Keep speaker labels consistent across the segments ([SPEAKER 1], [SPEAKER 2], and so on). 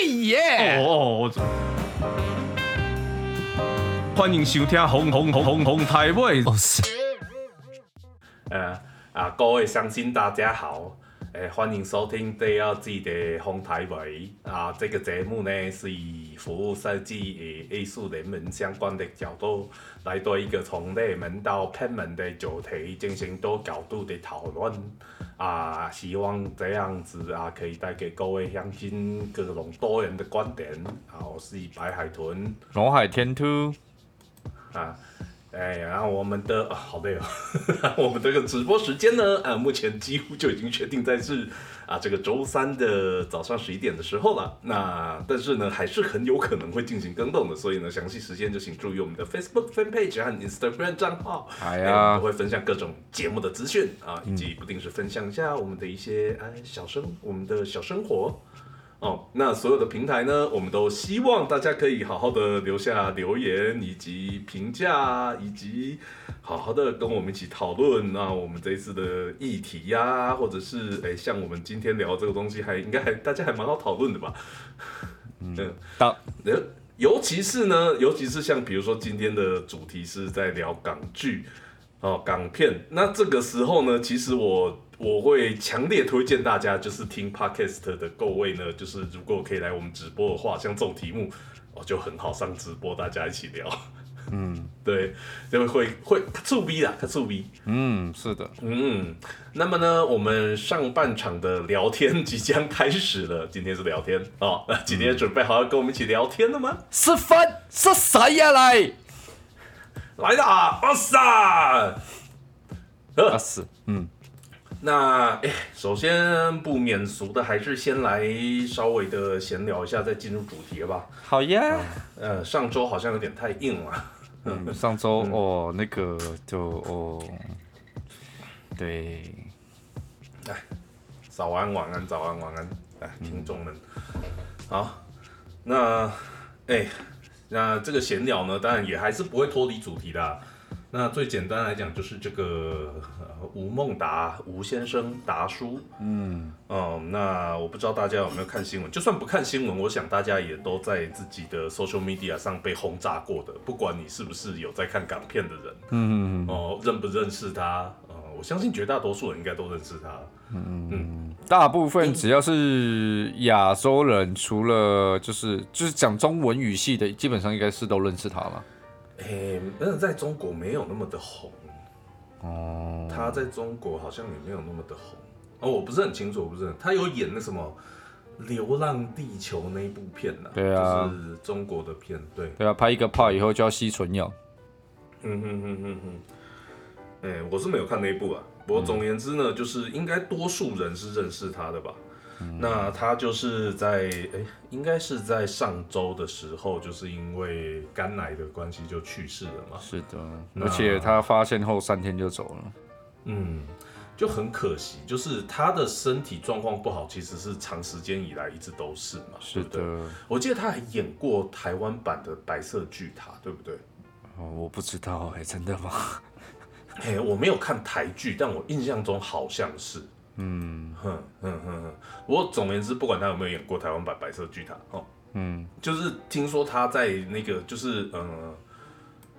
[SPEAKER 1] 屁耶！
[SPEAKER 2] 哦哦，我做欢迎收听《红红红红红台妹》。
[SPEAKER 1] 哦是，
[SPEAKER 3] 呃啊，各位乡亲大家好，呃，欢迎收听第二季的《红台北》啊，这个节目呢是以服务设计与艺术人文相关的角度，来对一个从热门到偏门的主题进行多角度的讨论啊，希望这样子啊可以带给各位乡亲各种多元的观点啊，我是白海豚
[SPEAKER 1] 龙海天兔，
[SPEAKER 3] 啊。哎，然后我们的、啊好累哦， 我们这个直播时间呢，啊，目前几乎就已经确定在是啊这个周三的早上十一点的时候了。那但是呢，还是很有可能会进行更动的，所以呢，详细时间就请注意我们的 Facebook fan page 和 Instagram 账号。
[SPEAKER 1] 哎
[SPEAKER 3] 哎
[SPEAKER 1] 呀嗯
[SPEAKER 3] 我们都会分享各种节目的资讯啊，以及不定时分享一下我们的一些哎小生，我们的小生活。哦，那所有的平台呢，我们都希望大家可以好好的留下留言，以及评价，以及好好的跟我们一起讨论啊，我们这一次的议题呀、或者是哎，像我们今天聊这个东西还，应该还大家还蛮好讨论的吧？嗯，
[SPEAKER 1] 到
[SPEAKER 3] 呃，尤其是呢，尤其是像比如说今天的主题是在聊港剧哦，港片。那这个时候呢，其实我我会强烈推荐大家，就是听 podcast 的各位呢，就是如果可以来我们直播的话，像这种题目，哦，就很好上直播，大家一起聊。嗯，对，就会会咔触逼啦，咔触逼。
[SPEAKER 1] 嗯是的，
[SPEAKER 3] 嗯，那么呢，我们上半场的聊天即将开始了。今天是聊天哦，那今天准备好要跟我们一起聊天了吗？
[SPEAKER 1] 是分是谁呀来？
[SPEAKER 3] 来啊啦，哇塞！
[SPEAKER 1] 啊是，嗯
[SPEAKER 3] 呃那诶，首先不免俗的，还是先来稍微的闲聊一下，再进入主题吧。
[SPEAKER 1] 好呀，
[SPEAKER 3] 呃，上周好像有点太硬了。
[SPEAKER 1] 嗯上周哦那个就哦，对，
[SPEAKER 3] 早安，晚安，早安，晚安，来，听众们，好，那诶，那这个闲聊呢，当然也还是不会脱离主题的啊。那最简单来讲，就是这个、呃吴孟达吴先生达叔，嗯，那我不知道大家有没有看新闻，就算不看新闻，我想大家也都在自己的 social media 上被轰炸过的，不管你是不是有在看港片的人，嗯，哦、认不认识他，呃，我相信绝大多数人应该都认识他，
[SPEAKER 1] 大部分只要是亚洲人，除了就是就是讲中文语系的，基本上应该是都认识他了。
[SPEAKER 3] 诶、但是在中国没有那么的红，
[SPEAKER 1] 哦，
[SPEAKER 3] 他在中国好像也没有那么的红，哦，我不是很清楚，我不是很，他有演那什么《流浪地球》那一部片呢、
[SPEAKER 1] 对啊
[SPEAKER 3] 就是中国的片，对，
[SPEAKER 1] 对啊，拍一个炮以后就要吸纯氧。
[SPEAKER 3] 嗯哼哼哼哼，哎、我是没有看那一部啊。
[SPEAKER 1] 嗯
[SPEAKER 3] 不过总而言之呢，就是应该多数人是认识他的吧。
[SPEAKER 1] 嗯
[SPEAKER 3] 那他就是在哎、应该是在上周的时候，就是因为肝癌的关系就去世了嘛。
[SPEAKER 1] 是的，
[SPEAKER 3] 那
[SPEAKER 1] 而且他发现后三天就走了。
[SPEAKER 3] 嗯，就很可惜，就是他的身体状况不好，其实是长时间以来一直都是嘛。
[SPEAKER 1] 是
[SPEAKER 3] 对不对，
[SPEAKER 1] 的，
[SPEAKER 3] 我记得他还演过台湾版的《白色巨塔》，对不对？
[SPEAKER 1] 哦，我不知道哎、真的吗？
[SPEAKER 3] 哎、我没有看台剧，但我印象中好像是。嗯哼哼哼哼，不过总而言之，不管他有没有演过台湾版《白色巨塔》哦，
[SPEAKER 1] 嗯，
[SPEAKER 3] 就是听说他在那个就是呃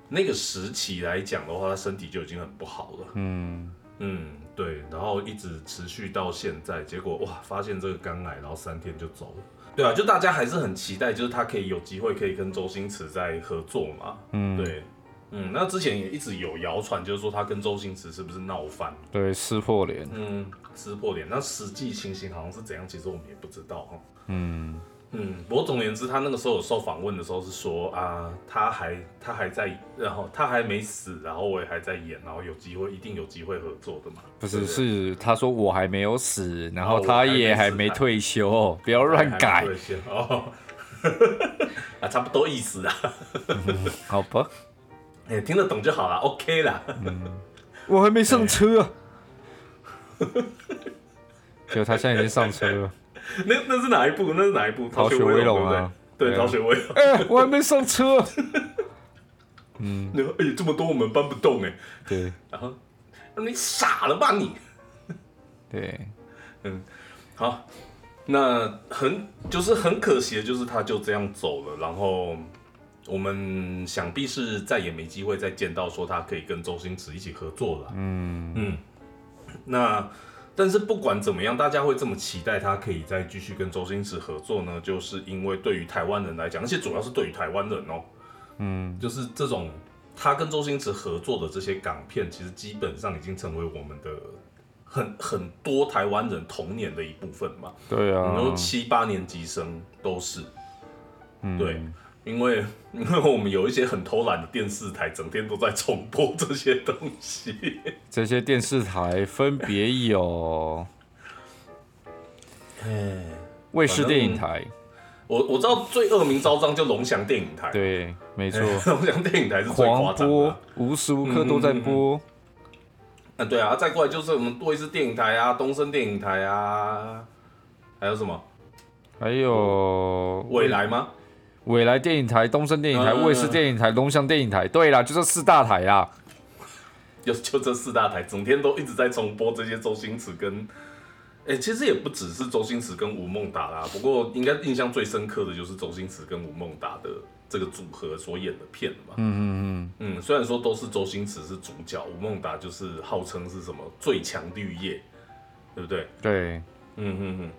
[SPEAKER 3] 那个时期来讲的话，他身体就已经很不好了。嗯嗯，对，然后一直持续到现在，结果哇，发现这个肝癌，然后三天就走了。对啊，就大家还是很期待，就是他可以有机会可以跟周星驰在合作嘛。嗯，对，嗯，那之前也一直有谣传，就是说他跟周星驰是不是闹翻？
[SPEAKER 1] 对，撕破脸。
[SPEAKER 3] 嗯，撕破脸。那实际情形好像是怎样，其实我们也不知道哈。嗯嗯，不过总而言之，他那个时候有受访问的时候是说啊，他还他还在，然后他还没死，然后我也还在演，然后有机会一定有机会合作的嘛。
[SPEAKER 1] 不是，
[SPEAKER 3] 对对
[SPEAKER 1] 是他说我还没有死，然后
[SPEAKER 3] 哦
[SPEAKER 1] 他
[SPEAKER 3] 我还没
[SPEAKER 1] 也
[SPEAKER 3] 死
[SPEAKER 1] 还没退休，不要乱
[SPEAKER 3] 还
[SPEAKER 1] 改
[SPEAKER 3] 没，兑现哦。 啊，差不多意思啊，
[SPEAKER 1] 好吧？
[SPEAKER 3] 哎、听得懂就好了，OK 啦。
[SPEAKER 1] 我还没上车、啊， 就他现在已经上车 了。
[SPEAKER 3] 那那是哪一部？那是哪一部？
[SPEAKER 1] 逃学威龙啊
[SPEAKER 3] 对不对？对，
[SPEAKER 1] 对啊
[SPEAKER 3] 逃学威龙。
[SPEAKER 1] 哎、我还没上车。嗯
[SPEAKER 3] 然后哎、这么多我们搬不动哎、
[SPEAKER 1] 对
[SPEAKER 3] 然后你傻了吧你？
[SPEAKER 1] 对，
[SPEAKER 3] 嗯，好，那很就是很可惜的，就是他就这样走了，然后我们想必是再也没机会再见到说他可以跟周星驰一起合作了。嗯嗯，那但是不管怎么样，大家会这么期待他可以再继续跟周星驰合作呢，就是因为对于台湾人来讲，而且主要是对于台湾人哦，嗯，就是这种他跟周星驰合作的这些港片，其实基本上已经成为我们的。很很多台湾人童年的一部分嘛，
[SPEAKER 1] 对啊
[SPEAKER 3] 很，多七八年级生都是，
[SPEAKER 1] 嗯
[SPEAKER 3] 对，因为 因为我们有一些很偷懒的电视台，整天都在重播这些东西。
[SPEAKER 1] 这些电视台分别有
[SPEAKER 3] 哎
[SPEAKER 1] 卫视电影台，
[SPEAKER 3] 我我知道最恶名昭彰就龙翔电影台，
[SPEAKER 1] 对，没错，
[SPEAKER 3] 龙翔电影台是哎最夸
[SPEAKER 1] 狂
[SPEAKER 3] 张的嗯
[SPEAKER 1] 播
[SPEAKER 3] 啊。，
[SPEAKER 1] 无时无刻都在播。
[SPEAKER 3] 啊，对啊，再过来就是我们卫视电影台啊，东森电影台啊，还有什么
[SPEAKER 1] 还有
[SPEAKER 3] 未来吗？
[SPEAKER 1] 未来电影台、东森电影台、
[SPEAKER 3] 嗯
[SPEAKER 1] 卫视电影台、龙翔电影台，对啦，就这四大台啊啦。
[SPEAKER 3] 就就这四大台，整天都一直在重播这些周星驰跟，哎、其实也不只是周星驰跟吴孟达啦，不过应该印象最深刻的就是周星驰跟吴孟达的这个组合所演的片了吧？嗯嗯嗯嗯，虽然说都是周星驰是主角，吴孟达就是号称是什么最强绿叶，对不对？
[SPEAKER 1] 对，
[SPEAKER 3] 嗯嗯嗯。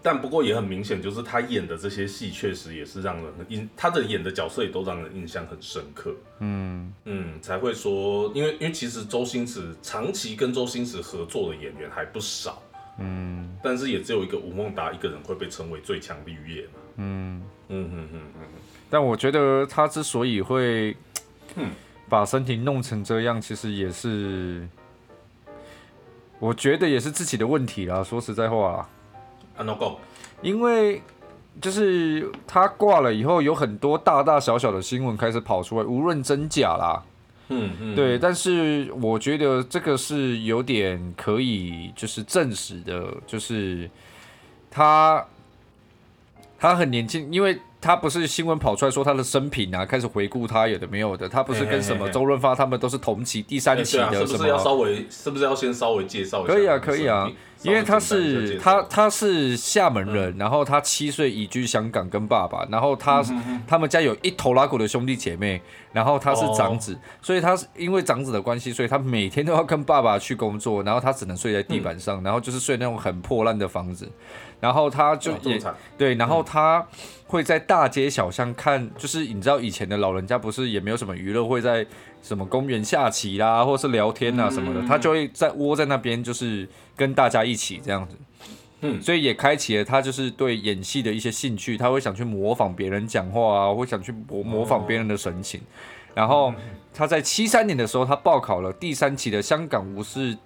[SPEAKER 3] 但不过也很明显，就是他演的这些戏，确实也是让人很印，他的演的角色也都让人印象很深刻。嗯嗯，才会说，因为因为其实周星驰长期跟周星驰合作的演员还不少，嗯，但是也只有一个吴孟达一个人会被称为最强绿叶嘛。嗯嗯嗯嗯嗯，
[SPEAKER 1] 但我觉得他之所以会把身体弄成这样，其实也是，我觉得也是自己的问题啦。说实在话啦，
[SPEAKER 3] 安诺贡，
[SPEAKER 1] 因为就是他挂了以后，有很多大大小小的新闻开始跑出来，无论真假啦。
[SPEAKER 3] 嗯嗯，
[SPEAKER 1] 对，但是我觉得这个是有点可以就是证实的，就是他他很年轻，因为他不是新闻跑出来说他的生平啊，开始回顾他有的没有的，他不是
[SPEAKER 3] 嘿嘿
[SPEAKER 1] 跟什
[SPEAKER 3] 嘿
[SPEAKER 1] 么
[SPEAKER 3] 嘿
[SPEAKER 1] 周润发他们都是同期第
[SPEAKER 3] 哎
[SPEAKER 1] 三期
[SPEAKER 3] 对啊，
[SPEAKER 1] 的
[SPEAKER 3] 是
[SPEAKER 1] 什
[SPEAKER 3] 不
[SPEAKER 1] 么
[SPEAKER 3] 是要稍微，是不是要先稍微介绍一下
[SPEAKER 1] 可以啊，
[SPEAKER 3] 他的
[SPEAKER 1] 可
[SPEAKER 3] 身
[SPEAKER 1] 以
[SPEAKER 3] 份？
[SPEAKER 1] 啊，
[SPEAKER 3] 稍微
[SPEAKER 1] 因为他
[SPEAKER 3] 简单地
[SPEAKER 1] 是
[SPEAKER 3] 介绍嗯
[SPEAKER 1] 他他是厦门人，然后他七岁移居香港跟爸爸，然后他、
[SPEAKER 3] 嗯
[SPEAKER 1] 他们家有一头拉骨的兄弟姐妹，然后他是长
[SPEAKER 3] 哦
[SPEAKER 1] 子，所以他是因为长子的关系，所以他每天都要跟爸爸去工作，然后他只能睡在地板
[SPEAKER 3] 嗯
[SPEAKER 1] 上，然后就是睡那种很破烂的房子，然后他就
[SPEAKER 3] 哇这么
[SPEAKER 1] 也
[SPEAKER 3] 惨
[SPEAKER 1] 对，然后他会在大街小巷看，就是你知道以前的老人家不是也没有什么娱乐，会在什么公园下棋啦，或是聊天啊什么的，他就会在窝在那边，就是跟大家一起这样子。
[SPEAKER 3] 嗯
[SPEAKER 1] 所以也开启了他就是对演戏的一些兴趣，他会想去模仿别人讲话啊，会想去模模仿别人的神情。然后他在七三年的时候，他报考了第三期的香港无视，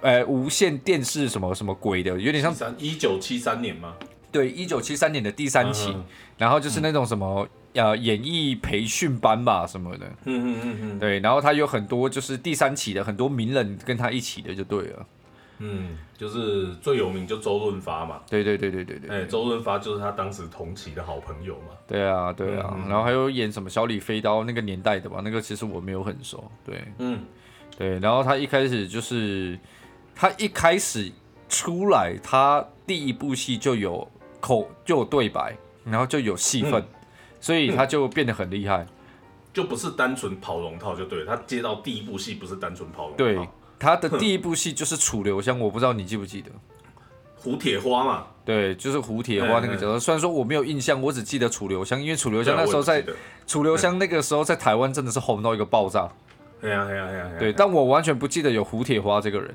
[SPEAKER 1] 呃，无线电视什么什么鬼的，有点像
[SPEAKER 3] 三一九七三年吗？
[SPEAKER 1] 对，一九七三年的第三期，
[SPEAKER 3] 嗯
[SPEAKER 1] 然后就是那种什么、呃演艺培训班吧什么的，
[SPEAKER 3] 嗯嗯嗯嗯，
[SPEAKER 1] 对，然后他有很多就是第三期的很多名人跟他一起的就对了，
[SPEAKER 3] 嗯，就是最有名就周润发嘛，
[SPEAKER 1] 对对对对对对，
[SPEAKER 3] 哎、周润发就是他当时同期的好朋友嘛。
[SPEAKER 1] 对啊对啊，
[SPEAKER 3] 嗯嗯
[SPEAKER 1] 然后还有演什么小李飞刀那个年代的吧，那个其实我没有很熟，对
[SPEAKER 3] 嗯，
[SPEAKER 1] 对，然后他一开始就是他一开始出来，他第一部戏就有口就有对白，然后就有戏份，
[SPEAKER 3] 嗯
[SPEAKER 1] 所以他就变得很厉害。
[SPEAKER 3] 就不是单纯跑龙套就对了，他接到第一部戏不是单纯跑龙套，
[SPEAKER 1] 对，他的第一部戏就是《楚留香》，我不知道你记不记得。
[SPEAKER 3] 胡铁花嘛，
[SPEAKER 1] 对，就是胡铁花那个角色。虽然说我没有印象，我只记得楚留香，因为楚留香那时候在
[SPEAKER 3] 对啊
[SPEAKER 1] 楚留香那个时候在台湾真的是红到一个爆炸。
[SPEAKER 3] 我也不记得哎呀哎呀哎呀，
[SPEAKER 1] 对，
[SPEAKER 3] 但
[SPEAKER 1] 但我完全不记得有胡铁花这个人。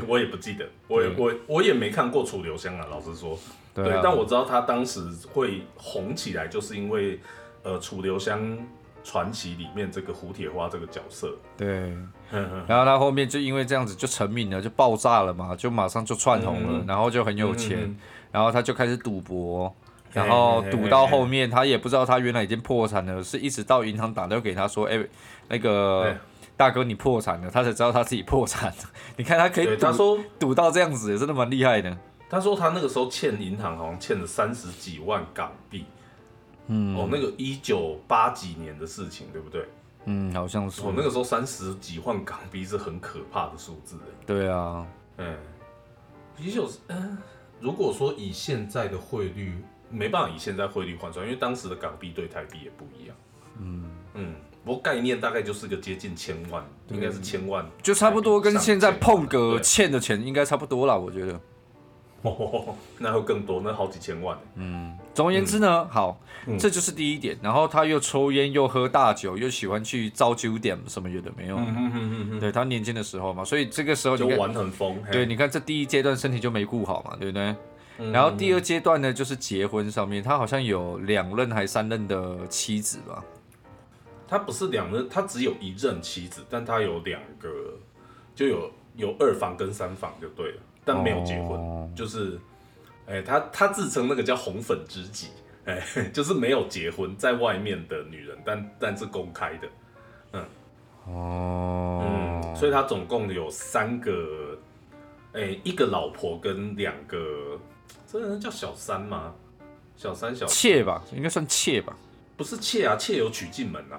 [SPEAKER 3] 我也不记得，我也我我也没看过楚留香啊，老实说，
[SPEAKER 1] 对啊，
[SPEAKER 3] 但我知道他当时会红起来，就是因为呃楚留香传奇里面这个胡铁花这个角色，
[SPEAKER 1] 对。
[SPEAKER 3] 嗯嗯，
[SPEAKER 1] 然后他后面就因为这样子就成名了，就爆炸了嘛，就马上就窜红了，然后就很有钱，
[SPEAKER 3] 嗯
[SPEAKER 1] 然后他就开始赌博，
[SPEAKER 3] 嘿
[SPEAKER 1] 然后
[SPEAKER 3] 嘿嘿
[SPEAKER 1] 赌
[SPEAKER 3] 嘿
[SPEAKER 1] 到
[SPEAKER 3] 嘿
[SPEAKER 1] 后面他也不知道他原来已经破产了，是一直到银行打电话给他说，哎、那个
[SPEAKER 3] 哎
[SPEAKER 1] 大哥你破产了，他才知道他自己破产 了。你看他可以
[SPEAKER 3] 对，
[SPEAKER 1] 赌，
[SPEAKER 3] 他说
[SPEAKER 1] 赌到这样子，真的蛮厉害的。
[SPEAKER 3] 他说他那个时候欠银行好像欠了三十几万港币，嗯，哦，那个一九八几年的事情，对不对？
[SPEAKER 1] 嗯，好像是
[SPEAKER 3] 哦，，那个时候三十几万港币是很可怕的数字，
[SPEAKER 1] 对啊，
[SPEAKER 3] 嗯，一九嗯如果说以现在的汇率，没办法以现在汇率换算，因为当时的港币对台币也不一样。嗯嗯，不过概念大概就是个接近千万，应该是千万，
[SPEAKER 1] 就差不多跟现在碰个
[SPEAKER 3] 对
[SPEAKER 1] 欠的钱应该差不多啦，我觉得。
[SPEAKER 3] 哦，那会更多，那好几千万。
[SPEAKER 1] 总而言之呢，
[SPEAKER 3] 嗯
[SPEAKER 1] 好，这就是第一点。然后他又抽烟，又喝大酒，又喜欢去造酒点什么有的没有的。
[SPEAKER 3] 嗯嗯嗯
[SPEAKER 1] 对他年轻的时候嘛，所以这个时候
[SPEAKER 3] 嗯，就
[SPEAKER 1] 你看，
[SPEAKER 3] 玩很疯。嘿
[SPEAKER 1] 对，，你看这第一阶段身体就没顾好嘛，对不对？
[SPEAKER 3] 嗯
[SPEAKER 1] 然后第二阶段呢，就是结婚上面，他好像有两任还三任的妻子吧？
[SPEAKER 3] 他不是两任，他只有一任妻子，但他有两个，就有有二房跟三房就对了，但没有结婚，
[SPEAKER 1] 哦
[SPEAKER 3] 就是，哎、他他自称那个叫红粉知己，哎、 就是没有结婚，在外面的女人，但但是公开的，
[SPEAKER 1] 哦
[SPEAKER 3] 嗯，，所以他总共有三个，哎、一个老婆跟两个，这个人叫小三吗？小三小四
[SPEAKER 1] 妾吧，应该算妾吧？
[SPEAKER 3] 不是妾啊，妾有娶进门啊，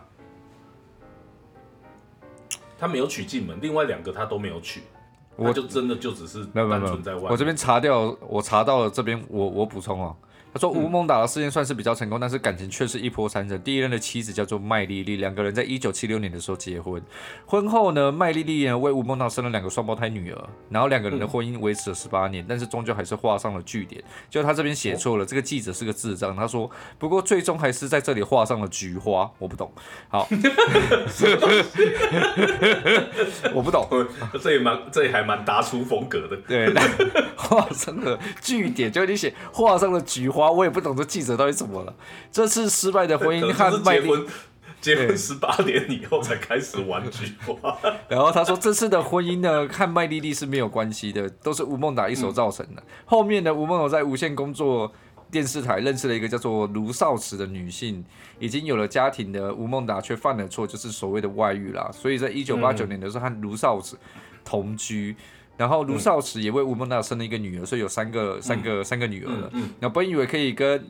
[SPEAKER 3] 他没有娶进门，另外两个他都没有娶，
[SPEAKER 1] 我
[SPEAKER 3] 他就真的就只是
[SPEAKER 1] 没有没有
[SPEAKER 3] 单
[SPEAKER 1] 没
[SPEAKER 3] 纯在
[SPEAKER 1] 有，
[SPEAKER 3] 外。
[SPEAKER 1] 我这边查掉，我查到了这边，我我补充哦。他
[SPEAKER 3] 嗯
[SPEAKER 1] 说吴孟达的事件算是比较成功，但是感情却是一波三折。第一任的妻子叫做麦丽丽，两个人在一九七六年的时候结婚。婚后呢，麦丽丽呢为吴孟达生了两个双胞胎女儿，然后两
[SPEAKER 3] 嗯
[SPEAKER 1] 个人的婚姻维持了十八年，但是终究还是画上了句
[SPEAKER 3] 哦
[SPEAKER 1] 点。就他这边写错了，这个记者是个智障。他说，不过最终还是在这里画上了菊花，我不懂。 好， 我不懂。
[SPEAKER 3] 这也蛮，这也还蛮达出风格的。
[SPEAKER 1] 对， 那画上了据点，就你写画上了菊花，我也不懂这记者到底怎么了。这次失败的婚
[SPEAKER 3] 可
[SPEAKER 1] 姻
[SPEAKER 3] 能
[SPEAKER 1] 和
[SPEAKER 3] 就是
[SPEAKER 1] 麦
[SPEAKER 3] 结
[SPEAKER 1] 丽，
[SPEAKER 3] 婚， 结婚十八年以后才开始玩菊花。
[SPEAKER 1] 然后他说这次的婚姻呢和麦丽丽是没有关系的，都是吴孟达一手造成的。后面呢，吴孟达在无线工作。电视台认识了一个叫做卢少慈的女性，已经有了家庭的吴孟达却犯了错，就是所谓的外遇啦。所以在一九八
[SPEAKER 3] 嗯
[SPEAKER 1] 九年的时候和卢少慈同居，然后卢少慈也为吴孟达生了一个女儿，所以有三
[SPEAKER 3] 嗯
[SPEAKER 1] 个、三个、三个女儿了。那本以为可以跟，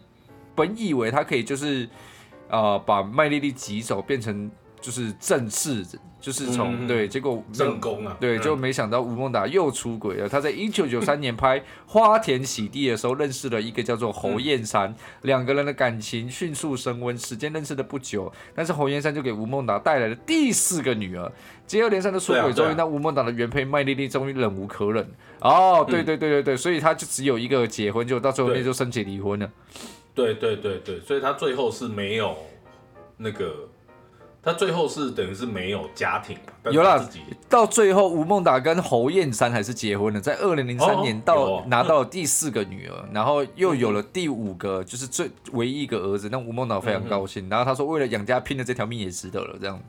[SPEAKER 1] 本以为他可以就是，呃，把麦丽丽挤走，变成就是正式，就是从、
[SPEAKER 3] 嗯 嗯
[SPEAKER 1] 对，结果没有
[SPEAKER 3] 正宫啊，
[SPEAKER 1] 对，就没想到吴孟达又出轨了。他在一九九三年拍《花田喜地》的时候，认识了一个叫做
[SPEAKER 3] 嗯
[SPEAKER 1] 侯燕山，两个人的感情迅速升温。时间认识的不久，但是侯燕山就给吴孟达带来了第四个女儿。接二连三的出
[SPEAKER 3] 对啊
[SPEAKER 1] 轨，
[SPEAKER 3] 对
[SPEAKER 1] 终于
[SPEAKER 3] 啊
[SPEAKER 1] 让吴孟达的原配麦丽丽终于忍无可忍。哦，对对对对对，所以他就只有一个结婚，就到最后面
[SPEAKER 3] 嗯对
[SPEAKER 1] 就申请离婚了。
[SPEAKER 3] 对对对对，所以他最后是没有那个，他最后是等于是没有家庭嘛，但是
[SPEAKER 1] 有啦
[SPEAKER 3] 他自己
[SPEAKER 1] 到最后，吴孟达跟侯燕山还是结婚了，在二零零三
[SPEAKER 3] 哦
[SPEAKER 1] 年
[SPEAKER 3] 有
[SPEAKER 1] 到
[SPEAKER 3] 哦
[SPEAKER 1] 拿到了第四个女儿，然后又有了第五个，就是最唯一一个儿子。那吴孟达非常高兴，然后他说为了养家拼了这条命也值得了，这样。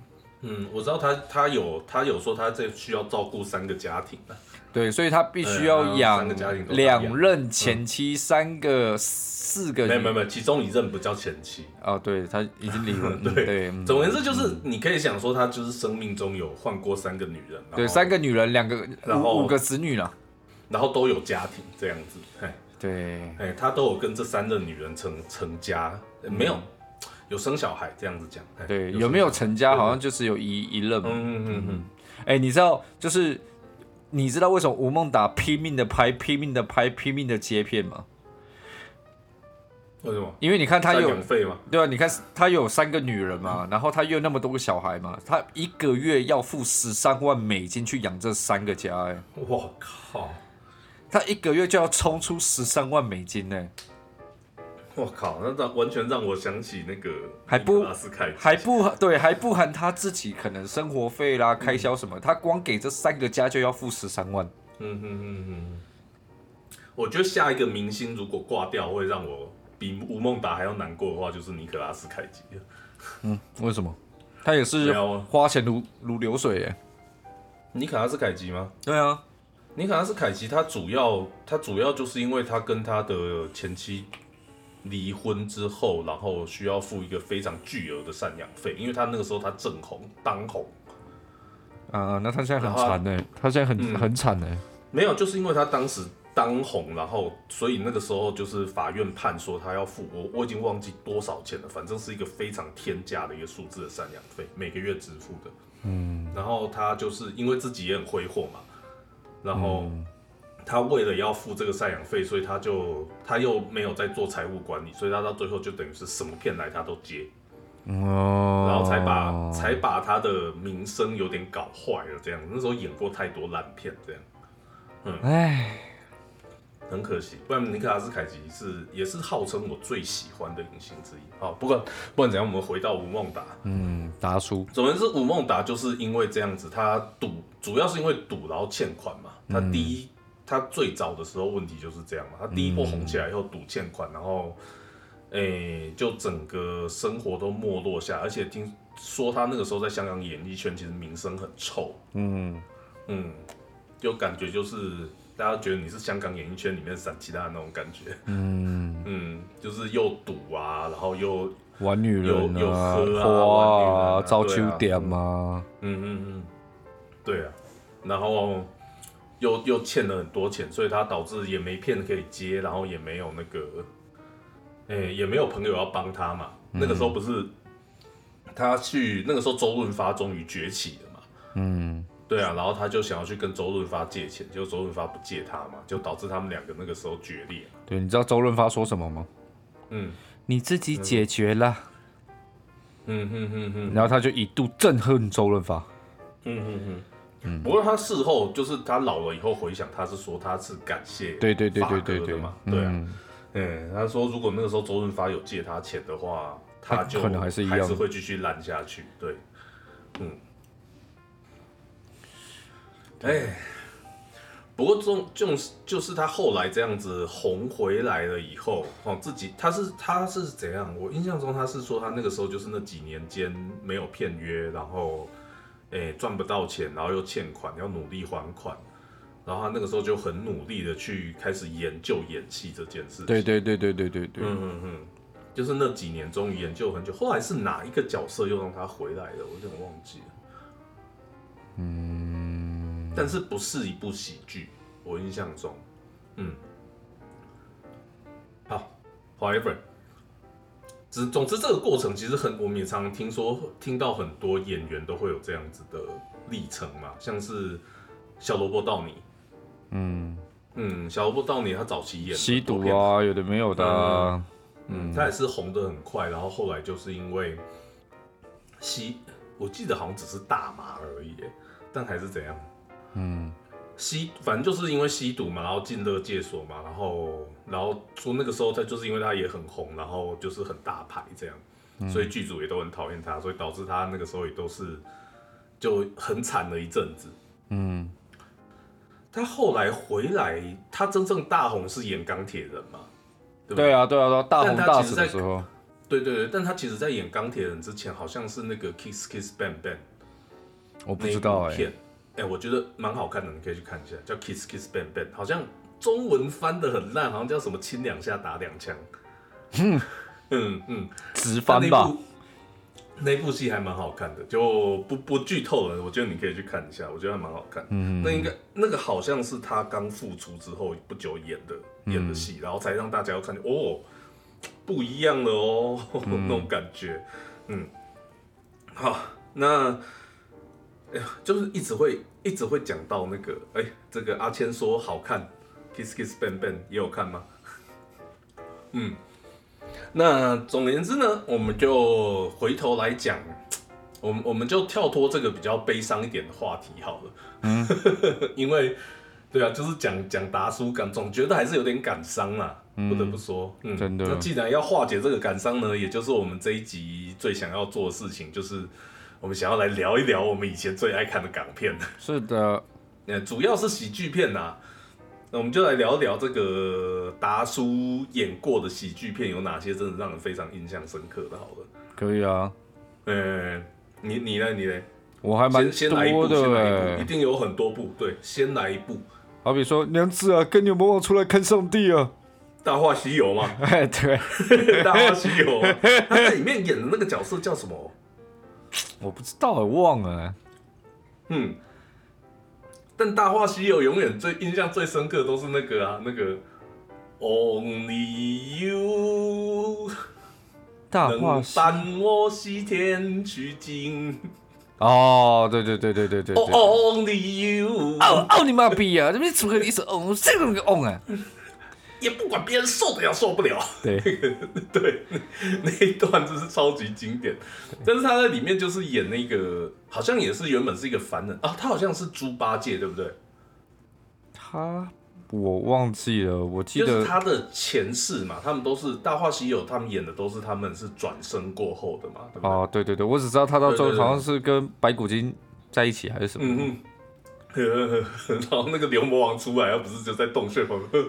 [SPEAKER 3] 嗯，我知道他他有他有说他这需要照顾三个家庭啊
[SPEAKER 1] 对，所以他必须要
[SPEAKER 3] 嗯
[SPEAKER 1] 养
[SPEAKER 3] 三个家庭都
[SPEAKER 1] 两任前妻，三个四个
[SPEAKER 3] 没有没
[SPEAKER 1] 女
[SPEAKER 3] 有没有，其中一任不叫前妻。
[SPEAKER 1] 啊，对他已经离婚，嗯
[SPEAKER 3] 对
[SPEAKER 1] 对嗯
[SPEAKER 3] 总而言之，就是你可以想说，他就是生命中有换过三个女人，然后
[SPEAKER 1] 对三，个女人，两个
[SPEAKER 3] 哦然后
[SPEAKER 1] 五五个子女了。
[SPEAKER 3] 然后都有家庭这样子。哎
[SPEAKER 1] 对，
[SPEAKER 3] 哎，他都有跟这三任女人成成家，呃没有有生小孩这样子讲。哎
[SPEAKER 1] 嗯对，
[SPEAKER 3] 生
[SPEAKER 1] 有没有成家？
[SPEAKER 3] 对对
[SPEAKER 1] 好像就只有一一任嘛。
[SPEAKER 3] 嗯嗯嗯嗯，
[SPEAKER 1] 哎、你知道，就是你知道为什么吴孟达拼命的拍、拼命的拍、拼命的接片吗？
[SPEAKER 3] 为什么？
[SPEAKER 1] 因为你看他
[SPEAKER 3] 赡
[SPEAKER 1] 有
[SPEAKER 3] 养费吗？
[SPEAKER 1] 对啊，你看他有三个女人嘛，然后他又有那么多个小孩嘛，他一个月要付十三万美金去养这三个家、哎，
[SPEAKER 3] 我靠！
[SPEAKER 1] 他一个月就要冲出十三万美金呢、
[SPEAKER 3] 我靠！那让完全让我想起那个
[SPEAKER 1] 还不
[SPEAKER 3] 尼古拉斯凯奇
[SPEAKER 1] 还不对，还不含他自己可能生活费啦、开销什么，他光给这三个家就要付十三万。
[SPEAKER 3] 嗯嗯嗯嗯，我觉得下一个明星如果挂掉，会让我比吴孟达还要难过的话，就是尼可拉斯凯奇了。
[SPEAKER 1] 为什么？他也是
[SPEAKER 3] 没有啊
[SPEAKER 1] 花钱如如流水耶、哎
[SPEAKER 3] 尼可拉斯凯奇吗？
[SPEAKER 1] 对啊，
[SPEAKER 3] 尼可拉斯凯奇他主要他主要就是因为他跟他的前妻离婚之后，然后需要付一个非常巨额的赡养费，因为他那个时候他正红当红，
[SPEAKER 1] 啊，那他现在很
[SPEAKER 3] 然后
[SPEAKER 1] 惨呢、啊他现在很、
[SPEAKER 3] 嗯
[SPEAKER 1] 很惨欸呢、
[SPEAKER 3] 没有，就是因为他当时当红，然后所以那个时候就是法院判说他要付我，我已经忘记多少钱了，反正是一个非常天价的一个数字的赡养费，每个月支付的。嗯，然后他就是因为自己也很挥霍嘛，然后他为了要付这个赡养费，所以他就他又没有在做财务管理，所以他到最后就等于是什么骗来他都接，
[SPEAKER 1] 哦，
[SPEAKER 3] 然后才把、才把他的名声有点搞坏了，这样那时候演过太多烂片，这样
[SPEAKER 1] 哎，
[SPEAKER 3] 很可惜。不然尼克拉斯凯奇是也是号称我最喜欢的影星之一。好，不管不管怎样，我们回到吴孟达，
[SPEAKER 1] 嗯，达叔，
[SPEAKER 3] 总而言之，吴孟达就是因为这样子，他赌主要是因为赌，然后欠款嘛。他第一，他最早的时候问题就是这样嘛。他第一波红起来以后赌欠款，然后，诶、就整个生活都没落下。而且听说他那个时候在香港演艺圈其实名声很臭，
[SPEAKER 1] 嗯，
[SPEAKER 3] 嗯，就感觉就是大家觉得你是香港演艺圈里面闪其他的那种感觉，嗯嗯，就是又赌啊，然后又
[SPEAKER 1] 玩女人
[SPEAKER 3] 有有
[SPEAKER 1] 啊，
[SPEAKER 3] 喝啊玩女人
[SPEAKER 1] 花
[SPEAKER 3] 啊
[SPEAKER 1] 早
[SPEAKER 3] 对
[SPEAKER 1] 秋
[SPEAKER 3] 啊
[SPEAKER 1] 点嘛，
[SPEAKER 3] 嗯嗯嗯，对啊，然后又又欠了很多钱，所以他导致也没片可以接，然后也没有那个，哎、也没有朋友要帮他嘛。那个时候不是他去那个时候周润发终于崛起了嘛，
[SPEAKER 1] 嗯，
[SPEAKER 3] 对啊，然后他就想要去跟周润发借钱，结果周润发不借他嘛，就导致他们两个那个时候决裂。
[SPEAKER 1] 对，你知道周润发说什么吗？
[SPEAKER 3] 嗯
[SPEAKER 1] 你自己解决啦。
[SPEAKER 3] 嗯嗯嗯嗯
[SPEAKER 1] 然后他就一度憎恨周润发。
[SPEAKER 3] 嗯嗯嗯。不过他事后就是他老了以后回想，他是说他是感谢
[SPEAKER 1] 对对对对
[SPEAKER 3] 发哥
[SPEAKER 1] 对
[SPEAKER 3] 的
[SPEAKER 1] 对
[SPEAKER 3] 嘛，，对啊。
[SPEAKER 1] 嗯，
[SPEAKER 3] 嗯，他说如果那个时候周润发有借他钱的话，他就
[SPEAKER 1] 可能还是一样
[SPEAKER 3] 会继续烂下去。对，嗯，哎，不过中就是就是他后来这样子红回来了以后，哦，自己他是他是怎样？我印象中他是说他那个时候就是那几年间没有片约，然后哎赚不到钱，然后又欠款，要努力还款。然后他那个时候就很努力的去开始研究演戏这件事情。
[SPEAKER 1] 对对对对对对对，
[SPEAKER 3] 嗯嗯嗯，就是那几年终于研究很久，后来是哪一个角色又让他回来了，我有点忘记了。嗯，但是不是一部喜剧，我印象中，嗯，好，however，只总之这个过程其实很，我们也常常听说听到很多演员都会有这样子的历程嘛，像是小萝卜道尼，
[SPEAKER 1] 嗯，
[SPEAKER 3] 嗯，小萝卜道尼他早期演
[SPEAKER 1] 吸毒
[SPEAKER 3] 很多片
[SPEAKER 1] 啊，有的没有的啊，
[SPEAKER 3] 嗯，他也是红的很快，然后后来就是因为吸，我记得好像只是大麻而已耶，但还是怎样，
[SPEAKER 1] 嗯，
[SPEAKER 3] 吸，反正就是因为吸毒嘛，然后进乐戒所嘛，然后然后说那个时候他就是因为他也很红，然后就是很大牌这样，
[SPEAKER 1] 嗯
[SPEAKER 3] 所以剧组也都很讨厌他，所以导致他那个时候也都是就很惨了一阵子。
[SPEAKER 1] 嗯，
[SPEAKER 3] 他后来回来，他真正大红是演钢铁人嘛？对不
[SPEAKER 1] 对啊对啊对啊，大
[SPEAKER 3] 嗯但
[SPEAKER 1] 红
[SPEAKER 3] 他
[SPEAKER 1] 大
[SPEAKER 3] 其
[SPEAKER 1] 紫
[SPEAKER 3] 实
[SPEAKER 1] 的
[SPEAKER 3] 在
[SPEAKER 1] 时候，
[SPEAKER 3] 对对对，但他其实在演钢铁人之前，好像是那个 Kiss Kiss Bang Bang
[SPEAKER 1] 我不
[SPEAKER 3] 那一
[SPEAKER 1] 知
[SPEAKER 3] 部
[SPEAKER 1] 道哎，
[SPEAKER 3] 片，哎、我觉得蛮好看的，你可以去看一下，叫 Kiss Kiss Bang Bang，好像中文翻的很烂，好像叫什么亲两下打两 枪。嗯嗯，
[SPEAKER 1] 直
[SPEAKER 3] 但
[SPEAKER 1] 翻
[SPEAKER 3] 那
[SPEAKER 1] 吧
[SPEAKER 3] 部，那部戏还蛮好看的，就不不剧透了，我觉得你可以去看一下，我觉得还蛮好看。嗯，那应该那个好像是他刚复出之后不久演的
[SPEAKER 1] 嗯
[SPEAKER 3] 演的戏，然后才让大家要看见哦，不一样了哦， 那种感觉。嗯，好，那哎呀，就是一直会一直会讲到那个，哎，这个阿谦说好看，Kiss Kiss Bang Bang 也有看吗？ 嗯，那总而言之呢，我们就回头来讲，我们我们就跳脱这个比较悲伤一点的话题好了，
[SPEAKER 1] 嗯
[SPEAKER 3] 因为对啊，就是讲讲达叔感，总觉得还是有点感伤啦，不得不说，嗯，
[SPEAKER 1] 真的
[SPEAKER 3] 那既然要化解这个感伤呢，也就是我们这一集最想要做的事情，就是我们想要来聊一聊我们以前最爱看的港片。
[SPEAKER 1] 是的，
[SPEAKER 3] 呃，主要是喜剧片呐、那我们就来聊聊这个达叔演过的喜剧片有哪些，真的让人非常印象深刻的。好了，
[SPEAKER 1] 可以啊，
[SPEAKER 3] 呃，你你呢？你呢？
[SPEAKER 1] 我还蛮
[SPEAKER 3] 先先来一
[SPEAKER 1] 多
[SPEAKER 3] 部，先
[SPEAKER 1] 的
[SPEAKER 3] 来一部，一
[SPEAKER 1] 哎，
[SPEAKER 3] 定有很多部。对，先来一部
[SPEAKER 1] 好比说娘子啊，跟你魔王出来看上帝啊，
[SPEAKER 3] 《大话西游》嘛，
[SPEAKER 1] 哎对，
[SPEAKER 3] 《大话西游》嘛，他在里面演的那个角色叫什么？
[SPEAKER 1] 我不知道哎，忘了哎，
[SPEAKER 3] 嗯，但《大话西游》永远最印象最深刻都是那个啊，那个 Only You。
[SPEAKER 1] 大
[SPEAKER 3] 能
[SPEAKER 1] 话西
[SPEAKER 3] 伴我西天取经，
[SPEAKER 1] 哦，对对对对对对对。
[SPEAKER 3] 哦哦，Only You，
[SPEAKER 1] 哦哦你妈逼啊！这边怎么可以一直 on？这个那个 on 啊？
[SPEAKER 3] 也不管别人受得了受不了。
[SPEAKER 1] 对，
[SPEAKER 3] 对， 那一段真是超级经典。但是他在里面就是演那个，好像也是原本是一个凡人啊，他好像是猪八戒，对不对？
[SPEAKER 1] 他我忘记了，我记
[SPEAKER 3] 就是
[SPEAKER 1] 得
[SPEAKER 3] 他的前世嘛，他们都是《大话西游》，他们演的都是他们是转生过后的嘛，对不对？
[SPEAKER 1] 哦，对对对，我只知道他到最
[SPEAKER 3] 对对
[SPEAKER 1] 后
[SPEAKER 3] 对
[SPEAKER 1] 好像是跟白骨精在一起还是什么。
[SPEAKER 3] 嗯嗯， 然后那个牛魔王出来，而不是就在洞穴旁边， 呵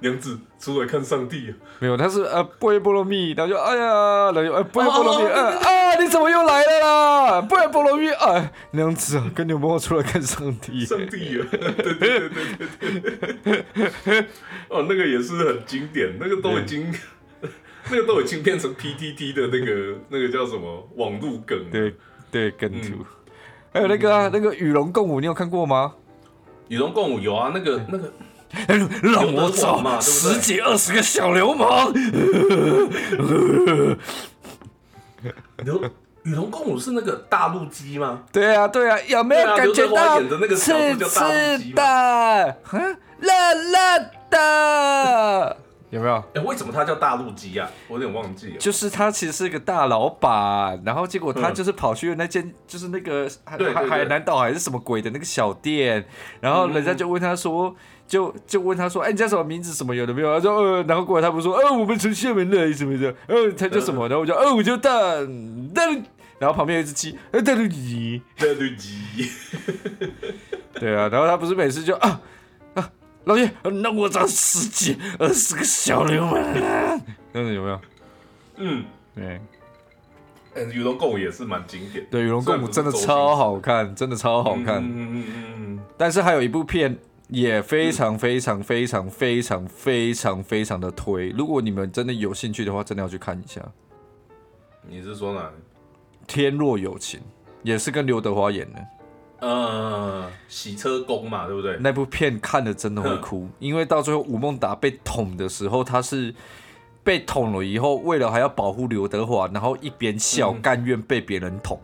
[SPEAKER 3] 娘子出来看上帝、啊。
[SPEAKER 1] 没有，他是呃波耶波罗蜜，然后就哎呀，然后就呃波耶波罗蜜，
[SPEAKER 3] 哦对
[SPEAKER 1] 呃啊你怎么又来了啦？波耶波罗蜜啊，那样子啊，跟牛魔王出来看上帝。
[SPEAKER 3] 上帝啊！对对对对对对， 哦，那个也是很经典，那个都已经， 那个都已经变成 PTT 的那个那个叫什么网路梗了。
[SPEAKER 1] 对对，梗
[SPEAKER 3] 嗯
[SPEAKER 1] 图。还有那个啊，那个与龙共舞，你有看过吗？
[SPEAKER 3] 与龙共舞有啊，那个那个
[SPEAKER 1] 让
[SPEAKER 3] 我走
[SPEAKER 1] 嘛，
[SPEAKER 3] 十
[SPEAKER 1] 几二十个小流氓。
[SPEAKER 3] 刘与龙共舞是那个大陆鸡吗？
[SPEAKER 1] 对啊，对啊，有没有
[SPEAKER 3] 对啊
[SPEAKER 1] 感觉
[SPEAKER 3] 刘德华
[SPEAKER 1] 到
[SPEAKER 3] 演的那个
[SPEAKER 1] 刺
[SPEAKER 3] 角色叫大陆鸡
[SPEAKER 1] 刺的？ 啊，辣辣的？ 有没有？
[SPEAKER 3] 哎、为什么它叫大陆鸡啊？我有点忘记了。
[SPEAKER 1] 就是他其实是个大老板，然后结果他
[SPEAKER 3] 嗯
[SPEAKER 1] 就是跑去那间、就是那个海
[SPEAKER 3] 对对
[SPEAKER 1] 海
[SPEAKER 3] 对
[SPEAKER 1] 海南岛还是什么鬼的那个小店，然后人家就问他
[SPEAKER 3] 嗯
[SPEAKER 1] 说，就就问他说，哎，你叫什么名字？什么有的没有？他说，呃，然后过来他不是说，呃，我们从厦门来什么的，呃，他叫什
[SPEAKER 3] 嗯
[SPEAKER 1] 么？然后我就，呃，我叫蛋蛋，然后旁边有一只鸡，呃，蛋蛋鸡，
[SPEAKER 3] 大陆鸡，
[SPEAKER 1] 对啊，然后他不是每次就啊啊，老爷，呃那我长十几二十个小流氓，啊那种有没有？
[SPEAKER 3] 嗯，
[SPEAKER 1] 对。
[SPEAKER 3] 哎与龙共舞也是蛮经典的。
[SPEAKER 1] 对，《与龙共舞》真的超好看，真的超好看。
[SPEAKER 3] 嗯嗯嗯嗯
[SPEAKER 1] 但是还有一部片也非常非常非常非常非常非常的推，如果你们真的有兴趣的话，真的要去看一下《
[SPEAKER 3] 嗯，你是说哪里？
[SPEAKER 1] 天若有情》，也是跟刘德华演的。
[SPEAKER 3] 呃，洗车工嘛，对不对？
[SPEAKER 1] 那部片看的真的
[SPEAKER 3] 嗯
[SPEAKER 1] 会哭，因为到最后吴孟达被捅的时候，他是被捅了以后，为了还要保护刘德华，然后一边笑，
[SPEAKER 3] 嗯
[SPEAKER 1] 甘愿被别人捅。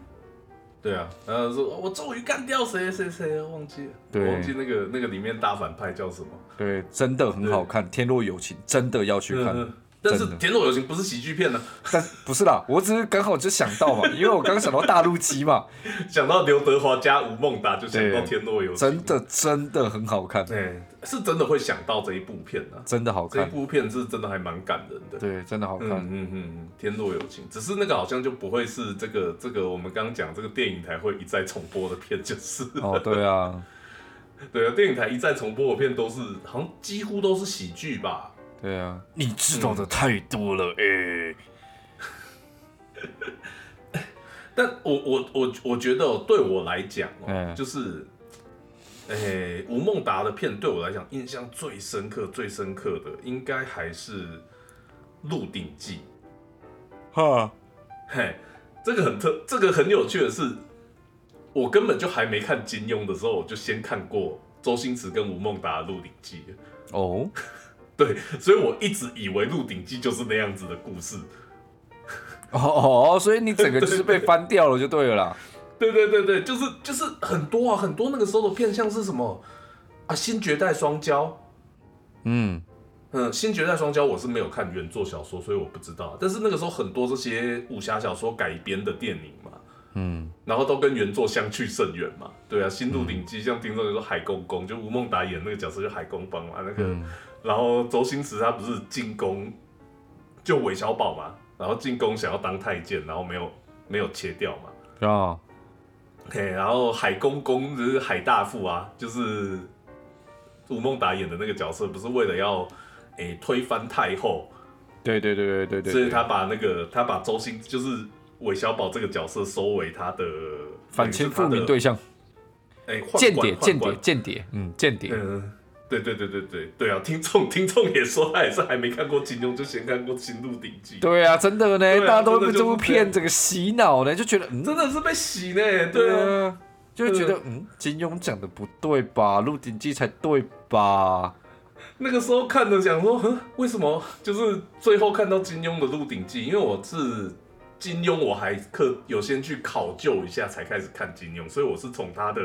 [SPEAKER 3] 对啊，呃，说我终于干掉谁谁谁，忘记了，
[SPEAKER 1] 对
[SPEAKER 3] 我忘记那个那个里面大反派叫什么
[SPEAKER 1] 对，真的很好看，《天若有情》真的要去看。
[SPEAKER 3] 嗯嗯但是
[SPEAKER 1] 真的
[SPEAKER 3] 《天若有情》不是喜剧片呢、啊
[SPEAKER 1] 但不是啦，我只是刚好就想到嘛，因为我刚想到大陆鸡嘛，
[SPEAKER 3] 想到刘德华加吴孟达，就想
[SPEAKER 1] 对
[SPEAKER 3] 到《天若有情》，
[SPEAKER 1] 真，的真的很好看，
[SPEAKER 3] 哎、是真的会想到这一部片呢、
[SPEAKER 1] 真的好
[SPEAKER 3] 这一
[SPEAKER 1] 看，
[SPEAKER 3] 部片是真的还蛮感人的。
[SPEAKER 1] 对，真的好
[SPEAKER 3] 嗯
[SPEAKER 1] 看。
[SPEAKER 3] 嗯嗯嗯，天若有情，只是那个好像就不会是这个这个我们刚刚讲这个电影台会一再重播的片，就是 了
[SPEAKER 1] 哦，对啊，
[SPEAKER 3] 对啊，电影台一再重播的片都是好像几乎都是喜剧吧，
[SPEAKER 1] 对啊，你知道的太多了，哎、
[SPEAKER 3] 欸但我我我我觉得、哦、对我来讲哦，
[SPEAKER 1] 嗯
[SPEAKER 3] 就是，诶、吴孟达的片对我来讲印象最深刻、最深刻的应该还是《鹿鼎记
[SPEAKER 1] 哈，》。
[SPEAKER 3] 嘿，这个很特，这个很有趣的是，我根本就还没看金庸的时候，我就先看过周星驰跟吴孟达的《鹿鼎记》了。
[SPEAKER 1] 哦，
[SPEAKER 3] 对，所以我一直以为《鹿鼎记》就是那样子的故事。
[SPEAKER 1] 哦哦，所以你整个就是被翻掉了就对了 啦。
[SPEAKER 3] 对对对对，就是就是很多啊，很多那个时候的片像是什么啊，《新绝代双骄》。
[SPEAKER 1] 嗯，
[SPEAKER 3] 嗯，《新绝代双骄》我是没有看原作小说，所以我不知道。但是那个时候很多这些武侠小说改编的电影嘛，
[SPEAKER 1] 嗯，
[SPEAKER 3] 然后都跟原作相去甚远嘛。对啊，《新鹿鼎记》像听众就说海公公，就吴孟达演那个角色就海公公嘛，那个，然后周星驰他不是进宫就韦小宝嘛，然后进宫想要当太监，然后没有没有切掉嘛。
[SPEAKER 1] 啊，
[SPEAKER 3] 嘿，然后海公公就是海大富啊，就是吴孟达演的那个角色，不是为了要诶、推翻太后，
[SPEAKER 1] 对对对对对对，
[SPEAKER 3] 所以他把那个他把周星就是韦小宝这个角色收为他的
[SPEAKER 1] 反清复明对，象，
[SPEAKER 3] 等于是他的哎，
[SPEAKER 1] 间
[SPEAKER 3] 宦官
[SPEAKER 1] 谍，间，谍，
[SPEAKER 3] 宦
[SPEAKER 1] 间谍，嗯，间谍
[SPEAKER 3] 官，嗯。对对对对对对啊！听众 听众也说，他也是还没看过金庸，就先看过《新鹿鼎记》，
[SPEAKER 1] 对啊，真的呢，
[SPEAKER 3] 对啊
[SPEAKER 1] 大家都
[SPEAKER 3] 真
[SPEAKER 1] 被
[SPEAKER 3] 的就
[SPEAKER 1] 这
[SPEAKER 3] 是
[SPEAKER 1] 部
[SPEAKER 3] 这
[SPEAKER 1] 片
[SPEAKER 3] 样
[SPEAKER 1] 整个洗脑呢，就觉得嗯，
[SPEAKER 3] 真的是被洗呢。对啊，
[SPEAKER 1] 啊，就会觉得嗯，金庸讲的不对吧，《鹿鼎记》才对吧？
[SPEAKER 3] 那个时候看着想说，哼，为什么就是最后看到金庸的《鹿鼎记》，因为我是金庸我还刻有先去考究一下，才开始看金庸，所以我是从他的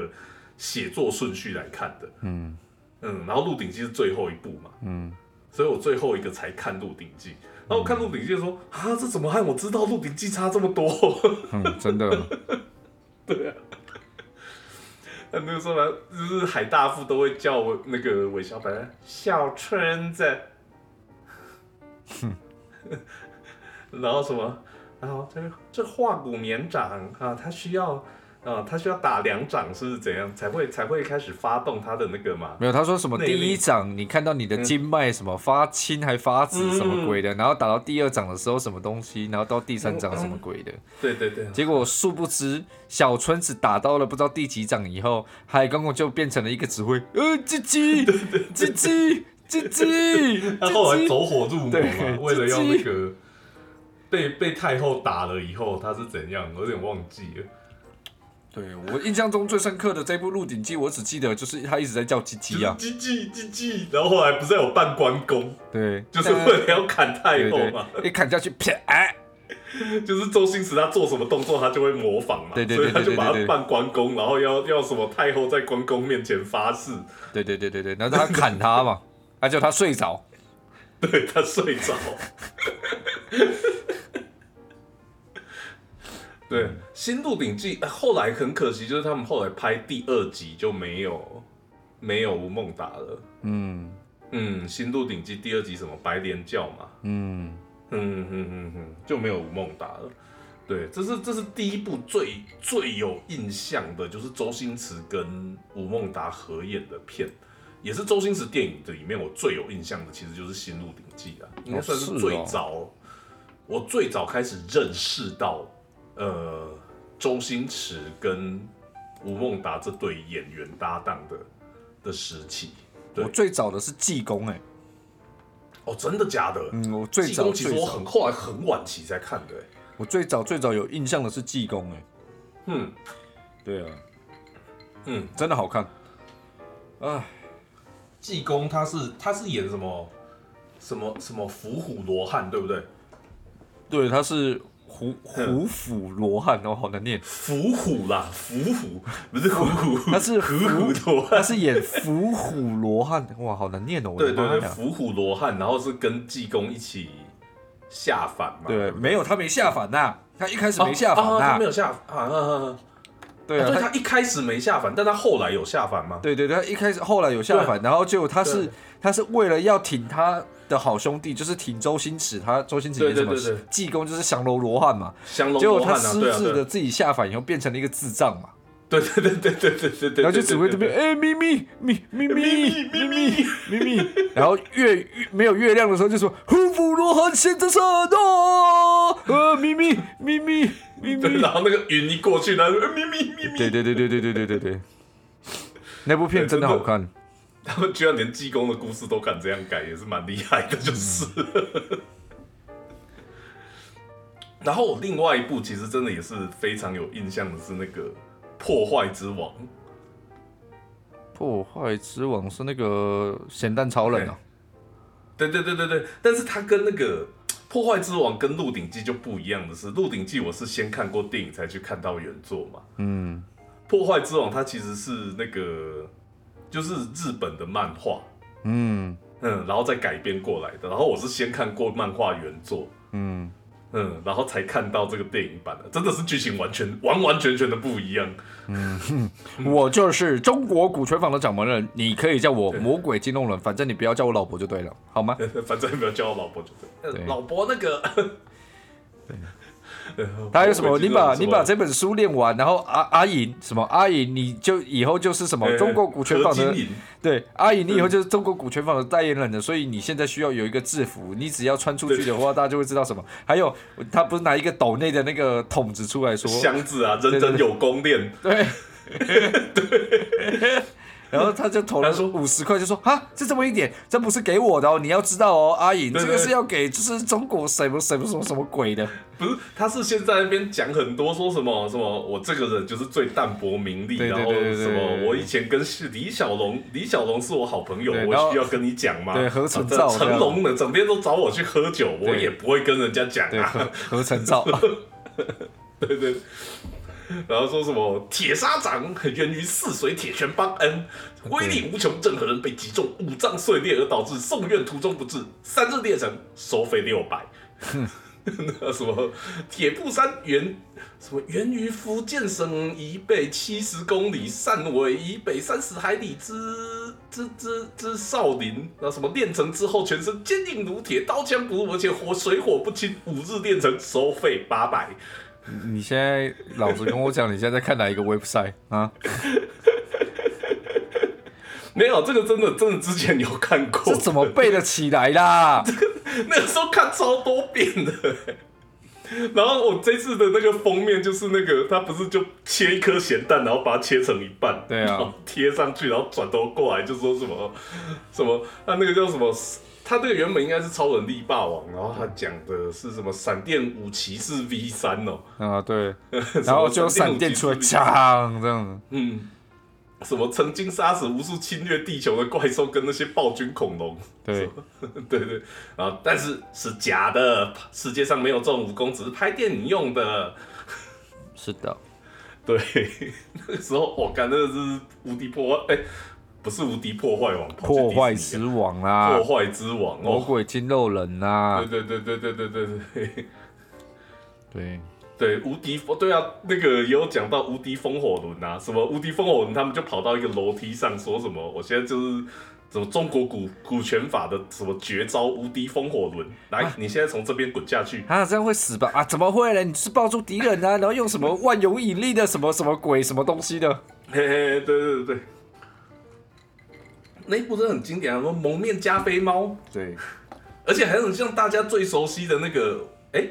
[SPEAKER 3] 写作顺序来看的。嗯嗯，然后《鹿鼎记》是最后一部嘛，嗯，所以我最后一个才看《鹿鼎记》。然后我看《鹿鼎记》说啊，这怎么和我知道《鹿鼎记》差这么多？
[SPEAKER 1] 嗯，真 的，
[SPEAKER 3] 对啊。呃那个时候呢，就是海大富都会叫我那个韦小宝小村子， 然后什么，然后这个这化骨绵掌啊，它需要啊，它需要打两掌是怎样才会才会开始发动它的那个嘛？
[SPEAKER 1] 没有他说什么第一掌你看到你的经脉什么发青还发紫什
[SPEAKER 3] 嗯
[SPEAKER 1] 么鬼的，然后打到第二掌的时候什么东西，然后到第三掌什么鬼的，
[SPEAKER 3] 对对对，
[SPEAKER 1] 结果殊不知小村子打到了不知道第几掌以后，海公公就变成了一个指挥，呃，叽 叽叽叽叽叽，
[SPEAKER 3] 他后来走火入魔
[SPEAKER 1] 对
[SPEAKER 3] 嘛，为了要那个被被太后打了以后，他是怎样？我有点忘记了。
[SPEAKER 1] 对我印象中最深刻的这部《鹿鼎记》，我只记得就是他一直在叫叽
[SPEAKER 3] 就是
[SPEAKER 1] 叽啊，
[SPEAKER 3] 叽叽叽叽，然后后来不是有办关公，
[SPEAKER 1] 对，
[SPEAKER 3] 就是为了要砍太
[SPEAKER 1] 对
[SPEAKER 3] 后
[SPEAKER 1] 对
[SPEAKER 3] 嘛，，
[SPEAKER 1] 一砍下去啪，哎
[SPEAKER 3] 就是周星驰他做什么动作，他就会模仿嘛，
[SPEAKER 1] 对对
[SPEAKER 3] 所
[SPEAKER 1] 对
[SPEAKER 3] 以他就把
[SPEAKER 1] 对对对
[SPEAKER 3] 他扮关公，然后要要什么太后在关公面前发誓，
[SPEAKER 1] 对对对对对，然后他砍他嘛，他叫他睡着，
[SPEAKER 3] 对他睡着。 对，《新鹿鼎记》呃后来很可惜，就是他们后来拍第二集就没有没有吴孟达了。
[SPEAKER 1] 嗯
[SPEAKER 3] 嗯，《新鹿鼎记》第二集什么白莲教嘛，
[SPEAKER 1] 嗯，
[SPEAKER 3] 嗯嗯嗯嗯，就没有吴孟达了。对，这是这是第一部最最有印象的，就是周星驰跟吴孟达合演的片，也是周星驰电影的里面我最有印象的，其实就是《新鹿鼎记》啊，应该算
[SPEAKER 1] 是
[SPEAKER 3] 是
[SPEAKER 1] 哦
[SPEAKER 3] 最早、我最早开始认识到，呃，周星驰跟吴孟达这对演员搭档的的时期。对
[SPEAKER 1] 我最早的是济公哎，
[SPEAKER 3] 哦，真的假的？
[SPEAKER 1] 嗯，我最
[SPEAKER 3] 济
[SPEAKER 1] 早
[SPEAKER 3] 公其实
[SPEAKER 1] 最
[SPEAKER 3] 我
[SPEAKER 1] 早
[SPEAKER 3] 很后来很晚期才看的、欸
[SPEAKER 1] 我最早最早有印象的是济公哎，
[SPEAKER 3] 嗯。
[SPEAKER 1] 对啊，
[SPEAKER 3] 嗯，
[SPEAKER 1] 真的好看，哎，
[SPEAKER 3] 济公他是他是演什么什么什么伏虎罗汉，对不对？
[SPEAKER 1] 对，他是虎虎
[SPEAKER 3] 嗯
[SPEAKER 1] 虎罗汉哦，好难念，
[SPEAKER 3] 伏虎啦，伏虎不是虎虎，
[SPEAKER 1] 他是
[SPEAKER 3] 伏虎罗
[SPEAKER 1] 他
[SPEAKER 3] 汉。
[SPEAKER 1] 是演伏虎罗汉，哇，好难念哦，我
[SPEAKER 3] 对
[SPEAKER 1] 的
[SPEAKER 3] 对
[SPEAKER 1] 妈
[SPEAKER 3] 对，
[SPEAKER 1] 呀！
[SPEAKER 3] 伏虎罗汉，然后是跟济公一起下凡嘛？
[SPEAKER 1] 对，
[SPEAKER 3] 不
[SPEAKER 1] 没有他没下凡呐、他一开始
[SPEAKER 3] 啊
[SPEAKER 1] 没下凡
[SPEAKER 3] 啊
[SPEAKER 1] 呐、
[SPEAKER 3] 他没有下凡啊啊啊！啊
[SPEAKER 1] 对
[SPEAKER 3] 对
[SPEAKER 1] 啊，
[SPEAKER 3] 他一开始没下凡，但他后来有下凡吗？
[SPEAKER 1] 对对对，他一开始后来有下凡，然后结果他是
[SPEAKER 3] 对
[SPEAKER 1] 他是为了要挺他的好兄弟，就是挺周星驰，他周星驰演什
[SPEAKER 3] 对
[SPEAKER 1] 么
[SPEAKER 3] 对对对
[SPEAKER 1] 济公就是降龙罗汉嘛，
[SPEAKER 3] 降龙
[SPEAKER 1] 结
[SPEAKER 3] 罗
[SPEAKER 1] 果他
[SPEAKER 3] 汉啊，
[SPEAKER 1] 私
[SPEAKER 3] 对啊，
[SPEAKER 1] 自
[SPEAKER 3] 对
[SPEAKER 1] 的
[SPEAKER 3] 啊
[SPEAKER 1] 自己下凡以后变成了一个智障嘛，
[SPEAKER 3] 对对对对对对对对，
[SPEAKER 1] 然后就只会
[SPEAKER 3] 对
[SPEAKER 1] 这
[SPEAKER 3] 对
[SPEAKER 1] 边哎咪咪咪咪咪咪
[SPEAKER 3] 咪咪
[SPEAKER 1] 咪咪咪，然后月月没有月亮的时候就说虎符罗汉现在上啊，呃咪咪咪咪咪
[SPEAKER 3] 对
[SPEAKER 1] 咪，
[SPEAKER 3] 然后那个云一过去，然后就呃咪咪咪咪，
[SPEAKER 1] 对对对对对对对对对，那部片真的好看。
[SPEAKER 3] 他们居然连济公的故事都敢这样改，也是蛮厉害的，就是。 然后我另外一部其实真的也是非常有印象的是那个《破坏之王》，
[SPEAKER 1] 破坏之王是那个咸蛋超人啊，
[SPEAKER 3] 对对对对对，但是它跟那个《破坏之王》跟《鹿鼎记》就不一样的是，《鹿鼎记》我是先看过电影才去看到原作嘛，
[SPEAKER 1] 嗯，
[SPEAKER 3] 破坏之王》它其实是那个就是日本的漫画，
[SPEAKER 1] 嗯
[SPEAKER 3] 嗯，然后再改编过来的。然后我是先看过漫画原作，
[SPEAKER 1] 嗯，
[SPEAKER 3] 嗯，然后才看到这个电影版的，真的是剧情完全完完全全的不一样。
[SPEAKER 1] 我就是中国股权坊的掌门人，你可以叫我魔鬼金融人，反正你不要叫我老婆就对了，好吗？
[SPEAKER 3] 反正也没有叫我老婆就对了，
[SPEAKER 1] 对
[SPEAKER 3] 呃老婆那个， 对，
[SPEAKER 1] 他有什么？你把
[SPEAKER 3] 什么
[SPEAKER 1] 你把这本书念完，然后阿阿银什么阿银，你就以后就是什么
[SPEAKER 3] 呃
[SPEAKER 1] 中国股权坊
[SPEAKER 3] 何
[SPEAKER 1] 的
[SPEAKER 3] 金银
[SPEAKER 1] 对阿银，你以后就是中国股权坊的代言人了，所以你现在需要有一个制服，你只要穿出去的话，大家就会知道什么。还有他不是拿一个斗内的那个筒子出来说，
[SPEAKER 3] 箱子啊，人
[SPEAKER 1] 对对
[SPEAKER 3] 人有功练，
[SPEAKER 1] 对， 对。然后他就投了
[SPEAKER 3] 他说
[SPEAKER 1] 五十块，就说啊，就这么一点，这不是给我的哦，你要知道哦，阿颖，
[SPEAKER 3] 对
[SPEAKER 1] 这
[SPEAKER 3] 对
[SPEAKER 1] 个是要给就是中国什么什么什么什么鬼的，
[SPEAKER 3] 不是，他是先在那边讲很多，说什么什么，我这个人就是最淡泊名利，
[SPEAKER 1] 对对
[SPEAKER 3] 然后
[SPEAKER 1] 对对对
[SPEAKER 3] 什
[SPEAKER 1] 对
[SPEAKER 3] 么，
[SPEAKER 1] 对
[SPEAKER 3] 我以前跟是李小龙，李小龙是我好朋友
[SPEAKER 1] 对，然后
[SPEAKER 3] 我需要跟你讲吗？
[SPEAKER 1] 对何成
[SPEAKER 3] 啊
[SPEAKER 1] 照
[SPEAKER 3] 这成龙呢，整天都找我去喝酒，我
[SPEAKER 1] 对
[SPEAKER 3] 也不会跟人家讲
[SPEAKER 1] 对，
[SPEAKER 3] 啊。
[SPEAKER 1] 合合成照，
[SPEAKER 3] 对对。然后说什么铁砂掌源于泗水铁拳帮恩，威力无穷，任何人被击中五脏碎裂而导致送院途中不治，三日列城，收费六百。那什么铁布衫源什么源于福建省以北七十公里，汕尾以北三十海里之之之之少林。那什么练成之后，全身坚硬如铁，刀枪不入，而且火水火不侵。五日练成，收费八百。
[SPEAKER 1] 你现在老实跟我讲，你现在在看哪一个 website 啊？
[SPEAKER 3] 没有，这个真的真的之前有看过，
[SPEAKER 1] 这怎么背得起来 啦？
[SPEAKER 3] 那个时候看超多遍的、然后我这次的那个封面就是那个，他不是就切一颗咸蛋，然后把它切成一半，
[SPEAKER 1] 对啊
[SPEAKER 3] 然后贴上去，然后转头过来就说什么什么，他那个叫什么？他这个原本应该是超能力霸王，然后他讲的是什么闪电五骑士 V 三哦，
[SPEAKER 1] 啊，对，然后就闪电出来，锵这样子，
[SPEAKER 3] 嗯，什么曾经杀死无数侵略地球的怪兽跟那些暴君恐龙，
[SPEAKER 1] 对，
[SPEAKER 3] 对对，然后但是是假的，世界上没有这种武功，只是拍电影用的。
[SPEAKER 1] 是的，
[SPEAKER 3] 对， 那个时候我干，那个是无敌破坏，哎、不是无敌破坏王，跑去
[SPEAKER 1] 破坏
[SPEAKER 3] 迪士
[SPEAKER 1] 之
[SPEAKER 3] 尼
[SPEAKER 1] 王
[SPEAKER 3] 啊
[SPEAKER 1] 啦，
[SPEAKER 3] 破坏之王
[SPEAKER 1] 魔
[SPEAKER 3] 哦，
[SPEAKER 1] 鬼筋肉人啦，
[SPEAKER 3] 对对对对对对对对
[SPEAKER 1] 对，
[SPEAKER 3] 对，无敌哦，对啊，那个也有讲到无敌风火轮啊，什么无敌风火轮，他们就跑到一个楼梯上说什么，我现在就是。什么中国古古拳法的什么绝招无敌风火轮？来，
[SPEAKER 1] 啊
[SPEAKER 3] 你现在从这边滚下去，
[SPEAKER 1] 啊，这样会死吧？啊，怎么会呢？你是抱住敌人啊，然 后用什么万有引力的什么什么鬼什么东西的？
[SPEAKER 3] 嘿嘿，对对对对，那一部真的很经典啊，什么蒙面加菲猫，
[SPEAKER 1] 对，
[SPEAKER 3] 而且还很像大家最熟悉的那个，哎、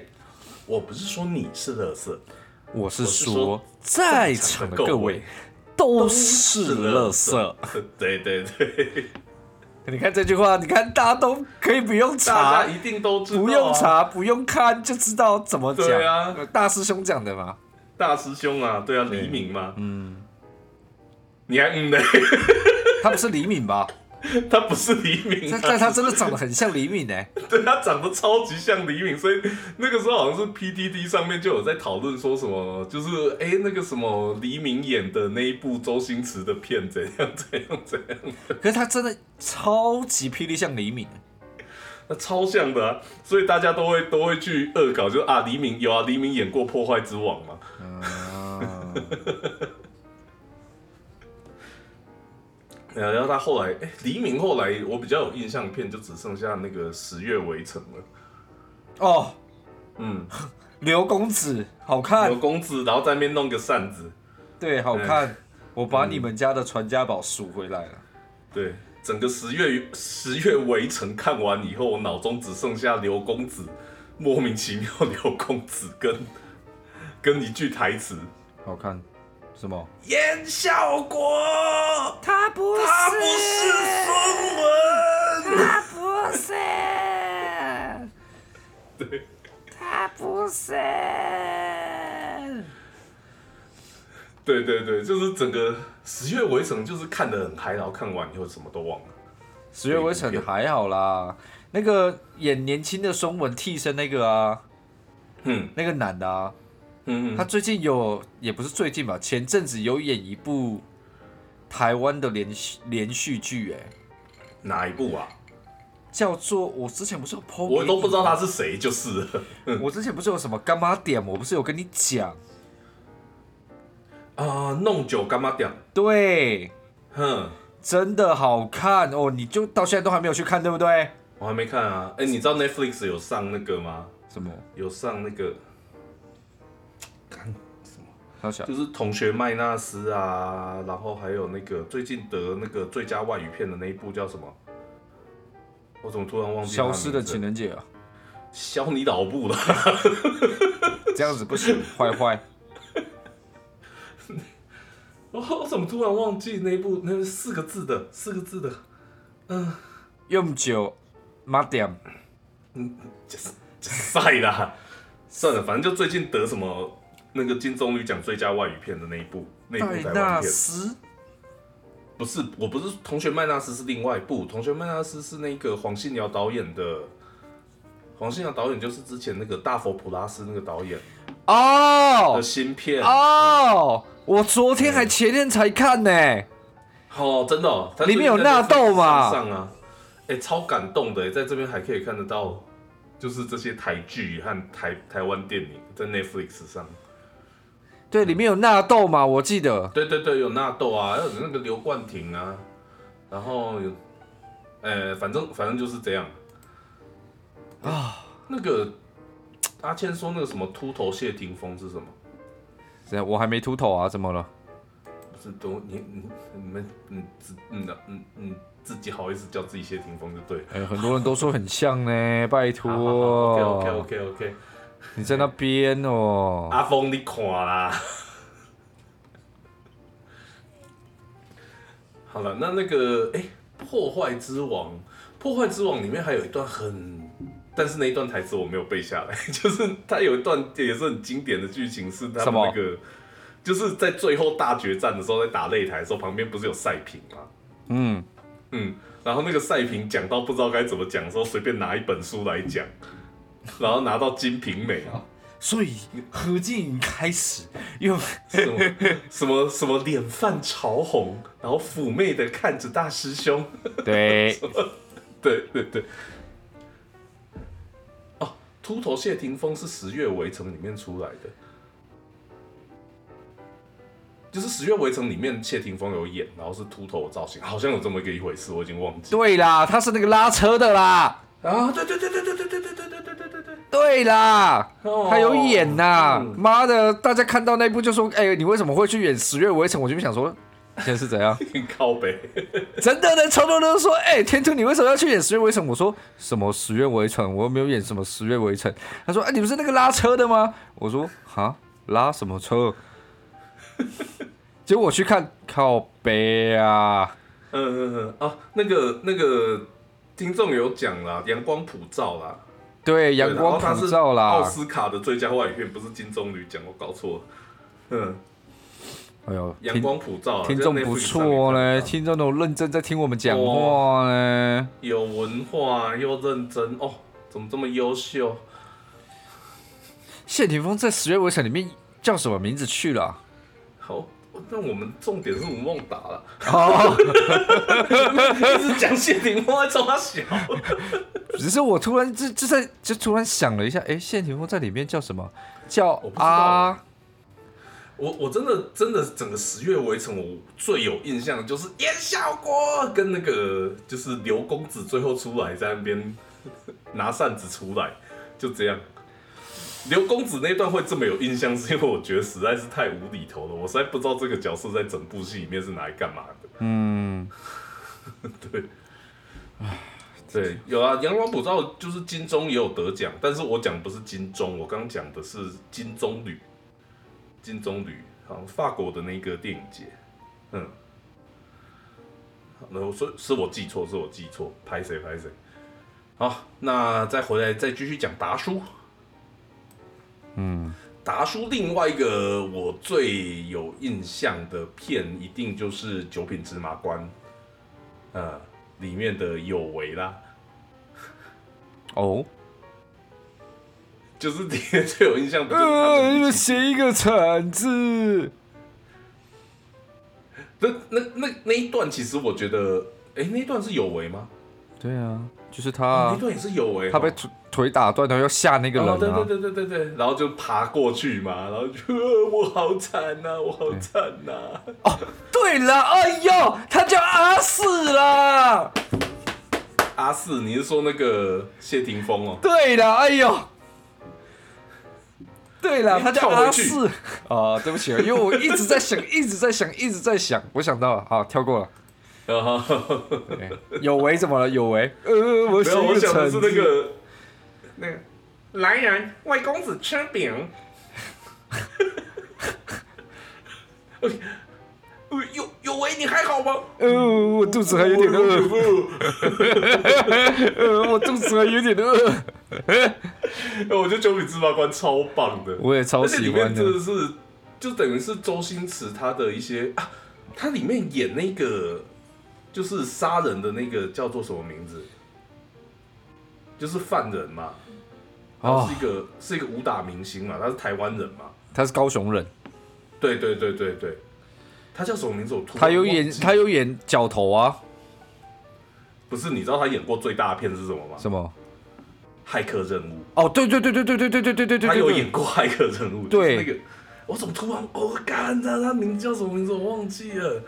[SPEAKER 3] 我不是说你是乐色，
[SPEAKER 1] 我是
[SPEAKER 3] 我是
[SPEAKER 1] 说
[SPEAKER 3] 说
[SPEAKER 1] 在场的各位都是垃圾。
[SPEAKER 3] 对对对，
[SPEAKER 1] 你看这句话，你看大家都可以不用查
[SPEAKER 3] 大家，一定都知道、啊
[SPEAKER 1] 不用，查，不用看就知道怎么讲。
[SPEAKER 3] 对啊
[SPEAKER 1] 呃大师兄讲的嘛。
[SPEAKER 3] 大师兄啊，对啊，
[SPEAKER 1] 对
[SPEAKER 3] 李敏嘛，嗯，你还嗯嘞，
[SPEAKER 1] 他不是李敏吧？
[SPEAKER 3] 他不是李敏、
[SPEAKER 1] 但
[SPEAKER 3] 啊，
[SPEAKER 1] 但他真的长得很像李敏哎、
[SPEAKER 3] 对他长得超级像李敏，所以那个时候好像是 PTT 上面就有在讨论说什么，就是哎、那个什么李敏演的那一部周星驰的片怎样 怎样怎样，
[SPEAKER 1] 可是他真的超级霹雳像李敏，
[SPEAKER 3] 那超像的、啊，所以大家都会都会去恶搞，就啊黎明有啊黎明演过《破坏之王》嘛，
[SPEAKER 1] 啊，
[SPEAKER 3] 然后他后来，哎、黎明后来我比较有印象的片就只剩下那个《十月围城》了，
[SPEAKER 1] 哦，
[SPEAKER 3] 嗯，
[SPEAKER 1] 刘公子好看
[SPEAKER 3] 有，公子，然后在那边弄个扇子，
[SPEAKER 1] 对，好看。我把你们家的传家宝赎回来了。
[SPEAKER 3] 对，整个十月十月围城看完以后，我脑中只剩下刘公子，莫名其妙刘公子跟 跟一句台词，
[SPEAKER 1] 好看，什么？
[SPEAKER 3] 严效果，
[SPEAKER 1] 他不是，
[SPEAKER 3] 他不是孙文。
[SPEAKER 1] 他不是，对，他不是。
[SPEAKER 3] 对对对，就是整个《十月围城》就是看得很嗨，然后看完以后什么都忘了。
[SPEAKER 1] 十月围城还好啦，那个演年轻的松文替身那个啊，
[SPEAKER 3] 嗯
[SPEAKER 1] 那个男的啊，
[SPEAKER 3] 嗯
[SPEAKER 1] 他
[SPEAKER 3] 嗯，
[SPEAKER 1] 最近有也不是最近吧，前阵子有演一部台湾的连续连续剧，哎，
[SPEAKER 3] 哪一部啊？
[SPEAKER 1] 叫做我之前不是有 PO，
[SPEAKER 3] 我都不知道他嗯是谁，就是了
[SPEAKER 1] 他，我之前不是有什么干妈点，我不是有跟你讲，
[SPEAKER 3] 啊、弄酒干嘛屌？
[SPEAKER 1] 对，
[SPEAKER 3] 哼，
[SPEAKER 1] 真的好看哦，你就到现在都还没有去看，对不对？
[SPEAKER 3] 我还没看啊。哎、你知道 Netflix 有上那个吗？
[SPEAKER 1] 什么？
[SPEAKER 3] 有上那个，
[SPEAKER 1] 嗯他想
[SPEAKER 3] 就是同学麦纳斯啊，然后还有那个最近得那个最佳外语片的那一部叫什么？我怎么突然忘记？
[SPEAKER 1] 消失的情，人节啊，
[SPEAKER 3] 消你老布了。
[SPEAKER 1] 这样子不行，坏坏。
[SPEAKER 3] 我 我怎么突然忘记那一部那四个字的四个字的？
[SPEAKER 1] 用酒，妈点，
[SPEAKER 3] 晒啦，算了，反正就最近得什么那个金棕榈奖最佳外语片的那一部，那一部
[SPEAKER 1] 戴
[SPEAKER 3] 台
[SPEAKER 1] 纳
[SPEAKER 3] 湾片，
[SPEAKER 1] 斯，
[SPEAKER 3] 不是，我不是同学麦纳斯是另外一部，同学麦纳斯是那个黄信尧导演的，黄信尧导演就是之前那个大佛普拉斯那个导演，
[SPEAKER 1] 哦
[SPEAKER 3] 的芯片
[SPEAKER 1] 哦，我昨天还前天才看呢、
[SPEAKER 3] 哦，真的、哦，它
[SPEAKER 1] 里面有
[SPEAKER 3] 最近在
[SPEAKER 1] 纳豆嘛
[SPEAKER 3] 上啊，哎、超感动的，在这边还可以看得到，就是这些台剧和台台湾电影在 Netflix 上。
[SPEAKER 1] 对，里面有纳豆嘛，我记得。
[SPEAKER 3] 对对对，有纳豆啊，还有那个刘冠廷啊，然后有，呃，反正反正就是这样啊。那个阿谦说那个什么秃头谢霆锋是什么？
[SPEAKER 1] 这我还没秃头啊，怎么了？
[SPEAKER 3] 不是都你你你们嗯自嗯的嗯嗯自己好意思叫自己谢霆锋就对了。
[SPEAKER 1] 哎、很多人都说很像 呢，拜托。哦
[SPEAKER 3] OK OK OK OK，
[SPEAKER 1] 你在那边哦。
[SPEAKER 3] 阿峰你看啦。 好了，那那个哎、破坏之王》，《破坏之王》里面还有一段很，但是那一段台词我没有背下来， 就是它有一段也是很经典的剧情，是他
[SPEAKER 1] 什
[SPEAKER 3] 们
[SPEAKER 1] 么
[SPEAKER 3] 那个就是在最后大决战的时候，在打擂台的时候，旁边不是有赛评吗？
[SPEAKER 1] 嗯，
[SPEAKER 3] 嗯，然后那个赛评讲到不知道该怎么讲的时候，随便拿一本书来讲，然后拿到《金瓶梅》啊。
[SPEAKER 1] 所以何静开始用
[SPEAKER 3] 什么 什么什么脸泛潮红，然后妩媚的看着大师兄，
[SPEAKER 1] 对，
[SPEAKER 3] 对对对。哦，秃头谢霆锋是《十月围城》里面出来的，就是《十月围城》里面谢霆锋有演，然后是秃头的造型，好像有这么一个一回事，我已经忘记了。
[SPEAKER 1] 对啦，他是那个拉车的啦，
[SPEAKER 3] 啊，对对对对对对对对对对对对对。
[SPEAKER 1] 对啦，
[SPEAKER 3] 哦
[SPEAKER 1] 他有演呐、
[SPEAKER 3] 嗯
[SPEAKER 1] 妈的，大家看到那一部就说，哎、你为什么会去演《十月围城》？我就想 说，现在是怎样？
[SPEAKER 3] 靠北，
[SPEAKER 1] 真的呢，超多人都说，哎、天兔，你为什么要去演《十月围城》？我说什么《十月围城》？我又没有演什么《十月围城》。他说，哎、你不是那个拉车的吗？我说，哈，拉什么车？结果我去看，靠背啊！
[SPEAKER 3] 嗯嗯嗯，啊，那个那个听众有讲啦，阳光普照啦，
[SPEAKER 1] 对，阳
[SPEAKER 3] 对
[SPEAKER 1] 光
[SPEAKER 3] 然后它
[SPEAKER 1] 普
[SPEAKER 3] 是
[SPEAKER 1] 照啦
[SPEAKER 3] 奥。斯卡的最佳外语片不是金棕榈奖，我搞错了。嗯，
[SPEAKER 1] 哎呦，
[SPEAKER 3] 阳
[SPEAKER 1] 听
[SPEAKER 3] 光普照啊，
[SPEAKER 1] 听众
[SPEAKER 3] 在 Netflix
[SPEAKER 1] 不
[SPEAKER 3] 上
[SPEAKER 1] 错哦
[SPEAKER 3] 面
[SPEAKER 1] 呢，
[SPEAKER 3] 看哦
[SPEAKER 1] 听众都认真在听我们讲话呢。
[SPEAKER 3] 有文化又认真哦，怎么这么优秀？
[SPEAKER 1] 谢霆锋在《十月围城》里面叫什么名字去了啊？
[SPEAKER 3] 好，那我们重点是吴孟达了，
[SPEAKER 1] 哦，
[SPEAKER 3] 一直讲谢霆锋在冲他小，
[SPEAKER 1] 只是我突然就就在就突然想了一下，哎，谢霆锋在里面叫什么？叫
[SPEAKER 3] 我不知道
[SPEAKER 1] 啊，
[SPEAKER 3] 我我真的真的整个十月围城，我最有印象的就是严小国跟那个就是刘公子最后出来在那边拿扇子出来，就这样。刘公子那段会这么有印象，是因为我觉得实在是太无厘头了，我实在不知道这个角色在整部戏里面是拿来干嘛的。
[SPEAKER 1] 嗯，
[SPEAKER 3] 对，对，有啊，《阳光普照》就是金钟也有得奖，但是我讲不是金钟，我刚讲的是金棕榈，金棕榈，好像法国的那个电影节，嗯，好那我说是我记错，是我记错，拍谁拍谁。好，那再回来再继续讲达叔，
[SPEAKER 1] 嗯，
[SPEAKER 3] 达叔另外一个我最有印象的片，一定就是《九品芝麻官》，呃，里面的有为啦，
[SPEAKER 1] 哦，
[SPEAKER 3] 就是里面最有印象不就是他
[SPEAKER 1] 呃，
[SPEAKER 3] 们
[SPEAKER 1] 你
[SPEAKER 3] 一
[SPEAKER 1] 们
[SPEAKER 3] 起
[SPEAKER 1] 写一个惨字，
[SPEAKER 3] 那那那那一段，其实我觉得，哎、那一段是有为吗？
[SPEAKER 1] 对啊，就是他
[SPEAKER 3] 那
[SPEAKER 1] 啊
[SPEAKER 3] 一，段也是有为哦，
[SPEAKER 1] 他被腿腿打断，然后要吓那个
[SPEAKER 3] 哦，对
[SPEAKER 1] 人
[SPEAKER 3] 对
[SPEAKER 1] 啊，
[SPEAKER 3] 对对对对，然后就爬过去嘛，然后就、呃我好惨呐、我好惨啊呐、
[SPEAKER 1] 哦对了，哎呦，他叫阿四啦。
[SPEAKER 3] 阿四，你是说那个谢霆锋哦？
[SPEAKER 1] 对了，哎呦，对了，
[SPEAKER 3] 你
[SPEAKER 1] 他叫
[SPEAKER 3] 哎跳回
[SPEAKER 1] 阿
[SPEAKER 3] 去
[SPEAKER 1] 四啊，对不起， 因为我一直在想，一直在想，一直在想，我想到了，好，跳过了。
[SPEAKER 3] 然后
[SPEAKER 1] 对有为怎么了？有为，呃，我
[SPEAKER 3] 没
[SPEAKER 1] 写
[SPEAKER 3] 有，
[SPEAKER 1] 一
[SPEAKER 3] 我
[SPEAKER 1] 个
[SPEAKER 3] 想的是
[SPEAKER 1] 橙
[SPEAKER 3] 那
[SPEAKER 1] 子，
[SPEAKER 3] 个那个来人，魏公子吃 饼。呃哎有有为，你还好吗？
[SPEAKER 1] 呃，我肚子还有点饿，呃，我肚子还有点饿。
[SPEAKER 3] 我觉得《九品芝麻官》超棒的，
[SPEAKER 1] 我也超
[SPEAKER 3] 而且
[SPEAKER 1] 喜
[SPEAKER 3] 里
[SPEAKER 1] 欢
[SPEAKER 3] 面
[SPEAKER 1] 的
[SPEAKER 3] 真的是，就等于是周星驰他的一些啊，他里面演那个就是杀人的那个叫做什么名字？就是犯人嘛，然
[SPEAKER 1] 哦
[SPEAKER 3] 后是一个、是一个武打明星嘛，他是台湾人嘛，
[SPEAKER 1] 他是高雄人，
[SPEAKER 3] 对对对对对，他叫什么名字？我突然
[SPEAKER 1] 他有
[SPEAKER 3] 忘
[SPEAKER 1] 演
[SPEAKER 3] 记
[SPEAKER 1] 他有演角头啊，
[SPEAKER 3] 不是你知道他演过最大的片是什么吗？
[SPEAKER 1] 什么？
[SPEAKER 3] 骇客任务，
[SPEAKER 1] 哦，对对对对对对对对对对对，
[SPEAKER 3] 他有
[SPEAKER 1] 对
[SPEAKER 3] 演过骇客任务，就
[SPEAKER 1] 对
[SPEAKER 3] 是那个我怎么突然我干他他名字叫什么名字我忘记了，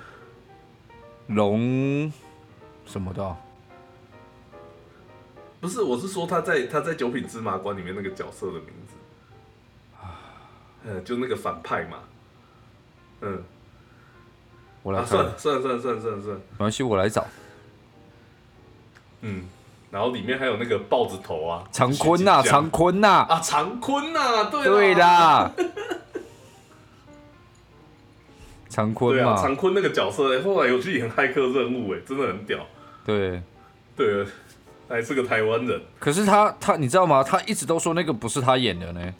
[SPEAKER 1] 龙什么的啊、
[SPEAKER 3] 不是我是说他在他在九品芝麻官里面那个角色的名字，嗯，就那个反派嘛，嗯，
[SPEAKER 1] 我来
[SPEAKER 3] 啊
[SPEAKER 1] 看，
[SPEAKER 3] 算了算了算了算了算了算了，
[SPEAKER 1] 没关系，我来找
[SPEAKER 3] 嗯，然后里面还有那个豹子头啊，
[SPEAKER 1] 常坤呐、
[SPEAKER 3] 徐锦江
[SPEAKER 1] 常坤呐、
[SPEAKER 3] 啊常坤呐、对
[SPEAKER 1] 对
[SPEAKER 3] 啦。
[SPEAKER 1] 啦，常
[SPEAKER 3] 对
[SPEAKER 1] 坤
[SPEAKER 3] 啊，
[SPEAKER 1] 嘛
[SPEAKER 3] 常，坤那个角色、后来有去演《骇客任务》哎，真的很屌。
[SPEAKER 1] 对。
[SPEAKER 3] 对，还是个台湾人。
[SPEAKER 1] 可是他他你知道吗？他一直都说那个不是他演的呢，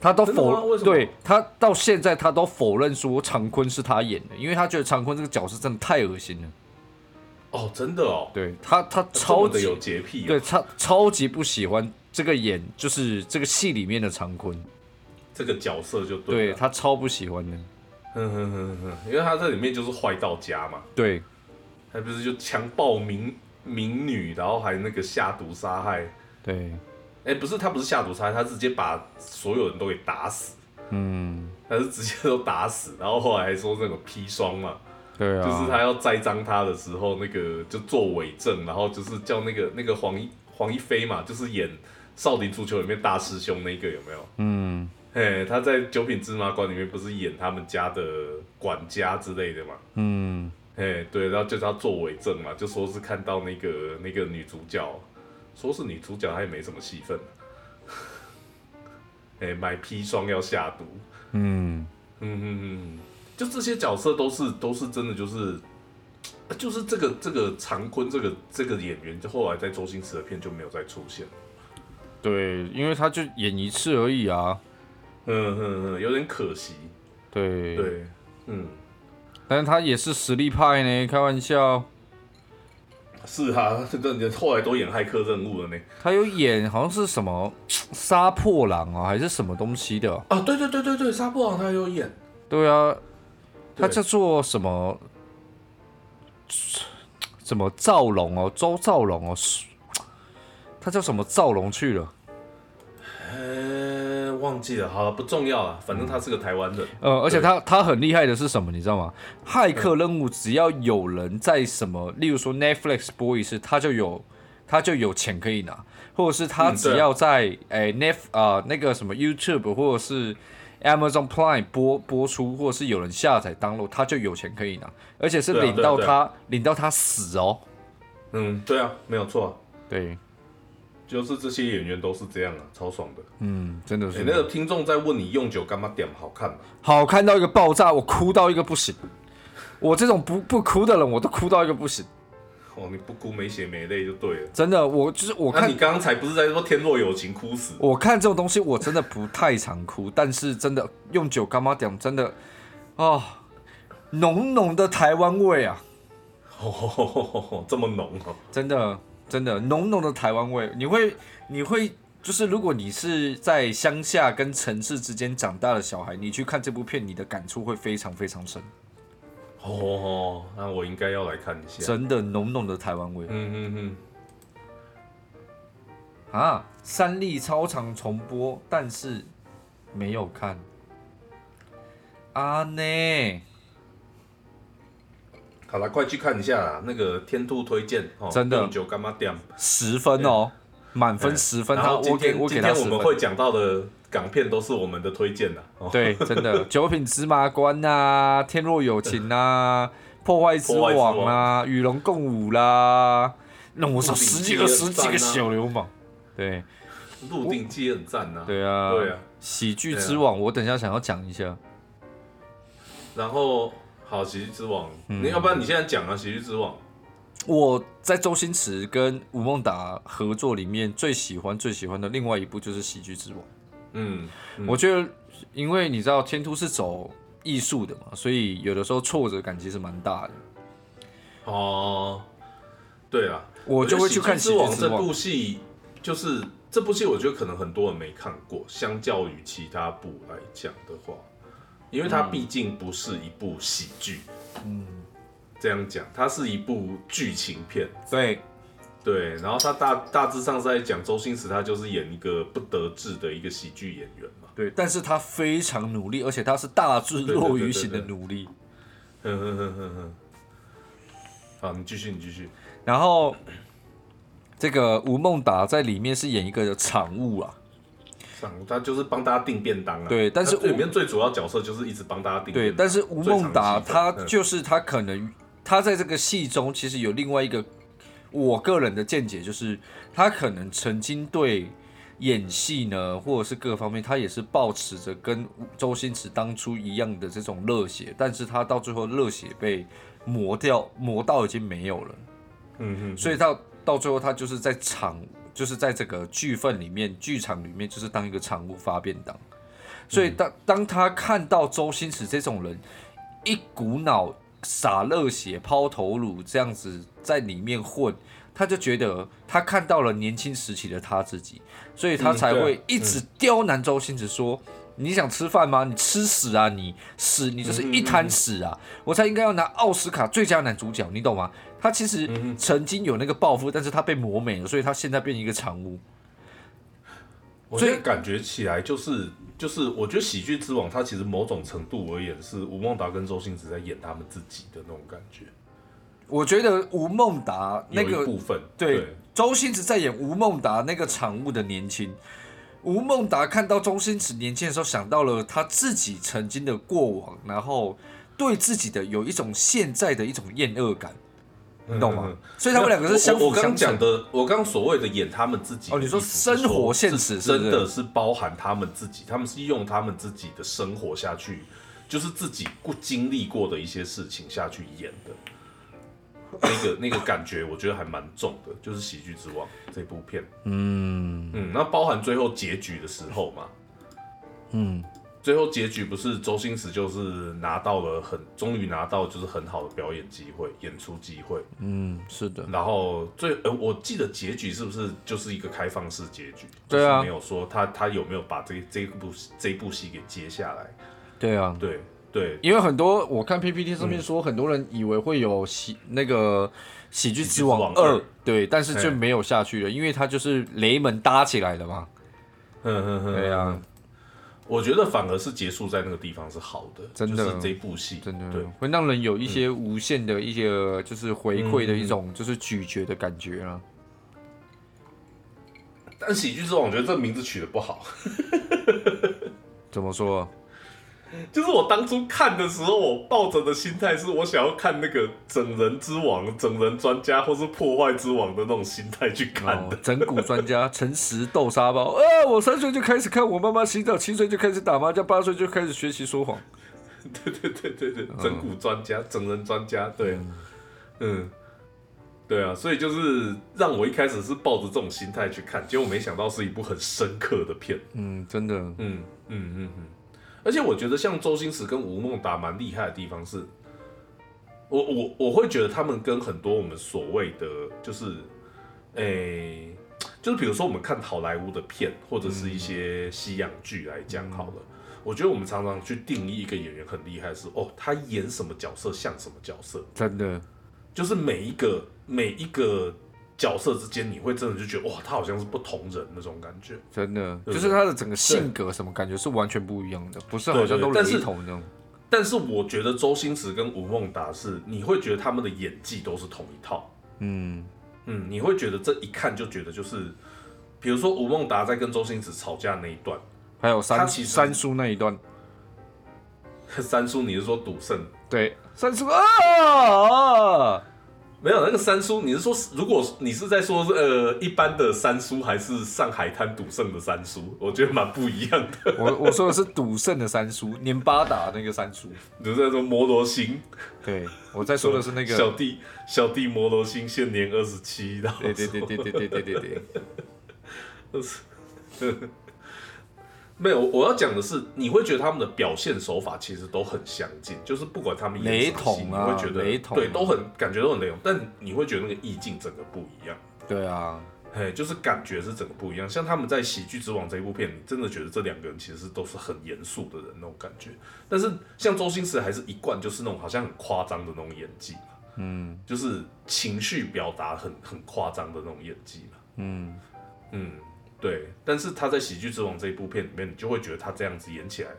[SPEAKER 1] 他都
[SPEAKER 3] 真的吗
[SPEAKER 1] 否
[SPEAKER 3] 为什么
[SPEAKER 1] 对他到现在他都否认说常坤是他演的，因为他觉得常坤这个角色真的太恶心了。
[SPEAKER 3] 哦，真的哦，
[SPEAKER 1] 对他他
[SPEAKER 3] 这
[SPEAKER 1] 超
[SPEAKER 3] 么的
[SPEAKER 1] 级
[SPEAKER 3] 有洁癖、啊。
[SPEAKER 1] 对，他超级不喜欢这个演就是这个戏里面的常坤，
[SPEAKER 3] 这个角色就对啊
[SPEAKER 1] 对
[SPEAKER 3] 了。
[SPEAKER 1] 他超不喜欢的。
[SPEAKER 3] 哼哼哼哼，因为他在里面就是坏到家嘛，
[SPEAKER 1] 对
[SPEAKER 3] 还不是就强暴民民女，然后还那个下毒杀害。
[SPEAKER 1] 对，
[SPEAKER 3] 哎，不是，他不是下毒杀害，他直接把所有人都给打死，
[SPEAKER 1] 嗯，
[SPEAKER 3] 他是直接都打死，然后后来还说那个砒霜嘛，
[SPEAKER 1] 对啊，
[SPEAKER 3] 就是他要栽赃他的时候，那个就作伪证，然后就是叫那个那个黄一黄一飞嘛，就是演《少林足球》里面大师兄那个有没有？
[SPEAKER 1] 嗯
[SPEAKER 3] 嘿，他在《九品芝麻官》里面不是演他们家的管家之类的嘛？
[SPEAKER 1] 嗯，
[SPEAKER 3] 嘿，对，然后就叫他作伪证嘛，就说是看到那个那个女主角，说是女主角，她也没什么戏份。 哎，买砒霜要下毒，
[SPEAKER 1] 嗯，
[SPEAKER 3] 嗯嗯嗯，就这些角色都是都是真的就是，呃就是这个这个常坤这个这个演员，就后来在周星驰的片就没有再出现。
[SPEAKER 1] 对，因为他就演一次而已啊。
[SPEAKER 3] 嗯嗯嗯，有点可惜。
[SPEAKER 1] 对，
[SPEAKER 3] 对，嗯，
[SPEAKER 1] 但是他也是实力派呢，开玩笑。
[SPEAKER 3] 是啊，这个后来都演骇客任务了呢。
[SPEAKER 1] 他有演好像是什么杀破狼啊，还是什么东西的？
[SPEAKER 3] 啊，对对对对对，杀破狼他有演，
[SPEAKER 1] 对啊，他
[SPEAKER 3] 对
[SPEAKER 1] 叫做什么？什么赵龙哦，周赵龙哦，他叫什么赵龙去了？
[SPEAKER 3] 呃，忘记了，好了，不重要了，反正他是个台湾人。
[SPEAKER 1] 呃，而且他他很厉害的是什么？你知道吗？骇客任务只要有人在什么，例如说 Netflix 播一次，他就有他就有钱可以拿，或者是他
[SPEAKER 3] 嗯对啊
[SPEAKER 1] 只要在诶、Net 啊、那个什么 YouTube 或者是 Amazon Prime 播播出，或者是有人下载 download，他就有钱可以拿，而且是
[SPEAKER 3] 对啊
[SPEAKER 1] 领
[SPEAKER 3] 对啊
[SPEAKER 1] 到
[SPEAKER 3] 对啊
[SPEAKER 1] 他、领到他死哦。
[SPEAKER 3] 嗯，对啊，没有错啊、
[SPEAKER 1] 对，
[SPEAKER 3] 就是这些演员都是这样啊，超爽的。
[SPEAKER 1] 嗯，真的
[SPEAKER 3] 哎、
[SPEAKER 1] 是、
[SPEAKER 3] 那个听众在问你用酒干嘛点好看吗？
[SPEAKER 1] 好看到一个爆炸，我哭到一个不行。我这种不不哭的人，我都哭到一个不行。
[SPEAKER 3] 哦，你不哭没血没泪就对了。
[SPEAKER 1] 真的，我就是我
[SPEAKER 3] 那、
[SPEAKER 1] 看
[SPEAKER 3] 你刚才不是在说天若有情哭死？
[SPEAKER 1] 我看这种东西我真的不太常哭，但是真的用酒干妈讲真的，哦，浓浓的台湾味啊，
[SPEAKER 3] 哦，这么浓哦。
[SPEAKER 1] 真的真的浓浓的台湾味，你会你会就是如果你是在乡下跟城市之间长大的小孩，你去看这部片，你的感触会非常非常深，
[SPEAKER 3] 哦，那我应该要来看一下。
[SPEAKER 1] 真的浓浓的台湾味
[SPEAKER 3] 嗯嗯嗯，
[SPEAKER 1] 啊！三立超长重播，但是没有看啊呢。
[SPEAKER 3] 好了，快去看一下啦。那个天兔推荐哦，
[SPEAKER 1] 真的
[SPEAKER 3] 用酒干嘛点？
[SPEAKER 1] 十分哦，满分
[SPEAKER 3] 嗯
[SPEAKER 1] 十分，
[SPEAKER 3] 然
[SPEAKER 1] 他
[SPEAKER 3] 后
[SPEAKER 1] 我
[SPEAKER 3] 今
[SPEAKER 1] 给
[SPEAKER 3] 天
[SPEAKER 1] 我给
[SPEAKER 3] 今
[SPEAKER 1] 他
[SPEAKER 3] 天
[SPEAKER 1] 十
[SPEAKER 3] 我
[SPEAKER 1] 分
[SPEAKER 3] 们。会讲到的港片都是我们的推荐啦。 哦，
[SPEAKER 1] 对，真的，九品芝麻官 呐、天若有情呐、破坏之
[SPEAKER 3] 破坏
[SPEAKER 1] 王
[SPEAKER 3] 之
[SPEAKER 1] 啦、与龙共舞啦，让我操
[SPEAKER 3] 鹿鼎
[SPEAKER 1] 十几
[SPEAKER 3] 记
[SPEAKER 1] 个
[SPEAKER 3] 二
[SPEAKER 1] 十几个
[SPEAKER 3] 战啊
[SPEAKER 1] 小流氓。对
[SPEAKER 3] 《鹿鼎记》很赞呐。
[SPEAKER 1] 对啊，
[SPEAKER 3] 对啊，
[SPEAKER 1] 喜剧之王，我等一下想要讲一下。
[SPEAKER 3] 然后好，《喜剧之王》
[SPEAKER 1] 嗯
[SPEAKER 3] 你要不然你现在讲啊，《喜剧之王
[SPEAKER 1] 我在周星驰跟吴孟达合作里面最喜欢最喜欢的另外一部就是《喜剧之王》。》。
[SPEAKER 3] 嗯，嗯
[SPEAKER 1] 我觉得，因为你知道天兔是走艺术的嘛，所以有的时候挫折感其实蛮大的。
[SPEAKER 3] 哦，对啊，啊
[SPEAKER 1] 我就会去看《
[SPEAKER 3] 《喜
[SPEAKER 1] 喜剧
[SPEAKER 3] 剧之王》
[SPEAKER 1] 之
[SPEAKER 3] 这
[SPEAKER 1] 王
[SPEAKER 3] 部》。戏，就是这部戏我觉得可能很多人没看过，相较于其他部来讲的话，因为它
[SPEAKER 1] 嗯
[SPEAKER 3] 毕竟不是一部喜剧，嗯，这样讲，它是一部剧情片，
[SPEAKER 1] 对，
[SPEAKER 3] 对，然后它大大致上是在讲周星驰，他就是演一个不得志的一个喜剧演员嘛，
[SPEAKER 1] 对，但是他非常努力，而且他是大智若愚型的努力。
[SPEAKER 3] 哼哼哼哼哼，好，你继续，你继续，
[SPEAKER 1] 然后这个吴孟达在里面是演一个产物啊，
[SPEAKER 3] 上他就是帮大家订便当啊，
[SPEAKER 1] 对但是
[SPEAKER 3] 他最里
[SPEAKER 1] 我
[SPEAKER 3] 面最主要角色就是一直帮大家订便
[SPEAKER 1] 对，
[SPEAKER 3] 当，
[SPEAKER 1] 但是吴孟达
[SPEAKER 3] 最常
[SPEAKER 1] 他
[SPEAKER 3] 见的嗯
[SPEAKER 1] 就是他可能他在这个戏中其实有另外一个我个人的见解，就是他可能曾经对演戏呢，或者是各方面，他也是保持着跟周星驰当初一样的这种热血，但是他到最后热血被磨掉，磨到已经没有了。
[SPEAKER 3] 嗯哼，
[SPEAKER 1] 所以到到最后，他就是在场，就是在这个剧份里面，剧场里面就是当一个场务发便当。所
[SPEAKER 3] 嗯
[SPEAKER 1] 以当当他看到周星驰这种人，一股脑洒热血、抛头颅这样子在里面混，他就觉得他看到了年轻时期的他自己，所以他
[SPEAKER 3] 嗯
[SPEAKER 1] 才
[SPEAKER 3] 对啊
[SPEAKER 1] 会一直刁难周星驰说。你想吃饭吗？你吃屎啊！你屎，你就是一滩屎
[SPEAKER 3] 嗯
[SPEAKER 1] 啊！我才应该要拿奥斯卡最佳男主角，你懂吗？他其实
[SPEAKER 3] 嗯
[SPEAKER 1] 曾经有那个抱负，但是他被磨没了，所以他现在变成一个产物。
[SPEAKER 3] 我
[SPEAKER 1] 所以
[SPEAKER 3] 现在感觉起来就是就是，我觉得《喜剧之王》它其实某种程度而言是吴孟达跟周星驰在演他们自己的那种感觉，
[SPEAKER 1] 我觉得吴孟达那
[SPEAKER 3] 有一
[SPEAKER 1] 个
[SPEAKER 3] 部分
[SPEAKER 1] 对周星驰在演吴孟达那个产物的年轻，吴孟达看到周星驰年轻的时候，想到了他自己曾经的过往，然后对自己的有一种现在的一种厌恶感，你懂吗？
[SPEAKER 3] 嗯嗯
[SPEAKER 1] 所以他们两个是相
[SPEAKER 3] 我
[SPEAKER 1] 辅
[SPEAKER 3] 我刚
[SPEAKER 1] 相
[SPEAKER 3] 讲
[SPEAKER 1] 成。
[SPEAKER 3] 的，我刚所谓的演他们自己的
[SPEAKER 1] 哦你
[SPEAKER 3] 意思
[SPEAKER 1] 说
[SPEAKER 3] 是
[SPEAKER 1] 生活现
[SPEAKER 3] 是
[SPEAKER 1] 实是不
[SPEAKER 3] 真
[SPEAKER 1] 是
[SPEAKER 3] 的是包含他们自己，他们是用他们自己的生活下去，就是自己过经历过的一些事情下去演的。那 个那个感觉，我觉得还蛮重的，就是《喜剧之王》这部片。嗯嗯，那包含最后结局的时候嘛，
[SPEAKER 1] 嗯
[SPEAKER 3] 最后结局不是周星驰就是拿到了很，终于拿到就是很好的表演机会、演出机会。
[SPEAKER 1] 嗯，是的，
[SPEAKER 3] 然后最呃，我记得结局是不是就是一个开放式结局？
[SPEAKER 1] 对啊
[SPEAKER 3] 就是没有说他他有没有把这这部这部戏给接下来？
[SPEAKER 1] 对啊，
[SPEAKER 3] 对对，
[SPEAKER 1] 因为很多我看 PPT 上面说，很多人以为会有喜那个喜剧之王
[SPEAKER 3] 喜剧之王
[SPEAKER 1] 二
[SPEAKER 3] 二，
[SPEAKER 1] 对，但是就
[SPEAKER 3] 嘿
[SPEAKER 1] 没有下去了，因为他就是雷门搭起来了嘛。
[SPEAKER 3] 嗯嗯嗯，
[SPEAKER 1] 对啊，
[SPEAKER 3] 我觉得反而是结束在那个地方是好的，
[SPEAKER 1] 真的
[SPEAKER 3] 就是这部戏
[SPEAKER 1] 真的
[SPEAKER 3] 对。嗯
[SPEAKER 1] 会让人有一些无限的一些就是回馈的一种就是咀嚼的感觉啊。
[SPEAKER 3] 但喜剧之王，我觉得这名字取得不好。
[SPEAKER 1] 怎么说？
[SPEAKER 3] 就是我当初看的时候，我抱着的心态是我想要看那个整人之王、整人专家或是破坏之王的那种心态去看的
[SPEAKER 1] 哦。，整蛊专家诚实豆沙包。啊，我三岁就开始看我妈妈洗澡，七岁就开始打麻将，八岁就开始学习说谎。
[SPEAKER 3] 对对对对对，整蛊专家、整人专家，对啊，嗯，对啊，所以就是让我一开始是抱着这种心态去看，结果没想到是一部很深刻的片。
[SPEAKER 1] 嗯，真的，
[SPEAKER 3] 嗯嗯嗯嗯，而且我觉得像周星驰跟吴孟达蛮厉害的地方是，我我我会觉得他们跟很多我们所谓的就是，诶、就是比如说我们看好莱坞的片或者是一些西洋剧来讲好了。我觉得我们常常去定义一个演员很厉害是哦，他演什么角色像什么角色，
[SPEAKER 1] 真的，
[SPEAKER 3] 就是每一个每一个角色之间，你会真的就觉得哇，他好像是不同人那种感觉。
[SPEAKER 1] 真的，
[SPEAKER 3] 对
[SPEAKER 1] 就是他的整个性格什么感觉是完全不一样的，不是好像
[SPEAKER 3] 对对
[SPEAKER 1] 都
[SPEAKER 3] 但是
[SPEAKER 1] 雷同那种。
[SPEAKER 3] 但是我觉得周星驰跟吴孟达是，你会觉得他们的演技都是同一套，
[SPEAKER 1] 嗯，
[SPEAKER 3] 嗯，你会觉得这一看就觉得就是，比如说吴孟达在跟周星驰吵架那一段，
[SPEAKER 1] 还有
[SPEAKER 3] 他
[SPEAKER 1] 三
[SPEAKER 3] 其实
[SPEAKER 1] 三叔那一段，
[SPEAKER 3] 三叔你是说赌圣？
[SPEAKER 1] 对，三 叔啊，
[SPEAKER 3] 没有那个三叔，你是说如果你是在说呃一般的三叔，还是上海滩赌圣的三叔？我觉得蛮不一样的。
[SPEAKER 1] 我我说的是赌圣的三叔，年巴达那个三叔。
[SPEAKER 3] 你是在说摩罗星，
[SPEAKER 1] 对，我在说的是那
[SPEAKER 3] 小
[SPEAKER 1] 个，
[SPEAKER 3] 弟小弟摩罗星，现年二十七，然后
[SPEAKER 1] 对对对对对对对对对，
[SPEAKER 3] 没有，我要讲的是，你会觉得他们的表现手法其实都很相近，就是不管他们演什么戏
[SPEAKER 1] 雷同啊
[SPEAKER 3] 你会觉得
[SPEAKER 1] 雷同啊
[SPEAKER 3] 对，都很感觉都很雷同，但你会觉得那个意境整个不一样。
[SPEAKER 1] 对啊，
[SPEAKER 3] 哎，就是感觉是整个不一样。像他们在《喜剧之王》这一部片里，真的觉得这两个人其实都是很严肃的人那种感觉。但是像周星驰还是一贯就是那种好像很夸张的那种演技嘛，嗯，就是情绪表达很很夸张的那种演技嘛，嗯嗯，对。但是他在《喜剧之王》这一部片里面，你就会觉得他这样子演起来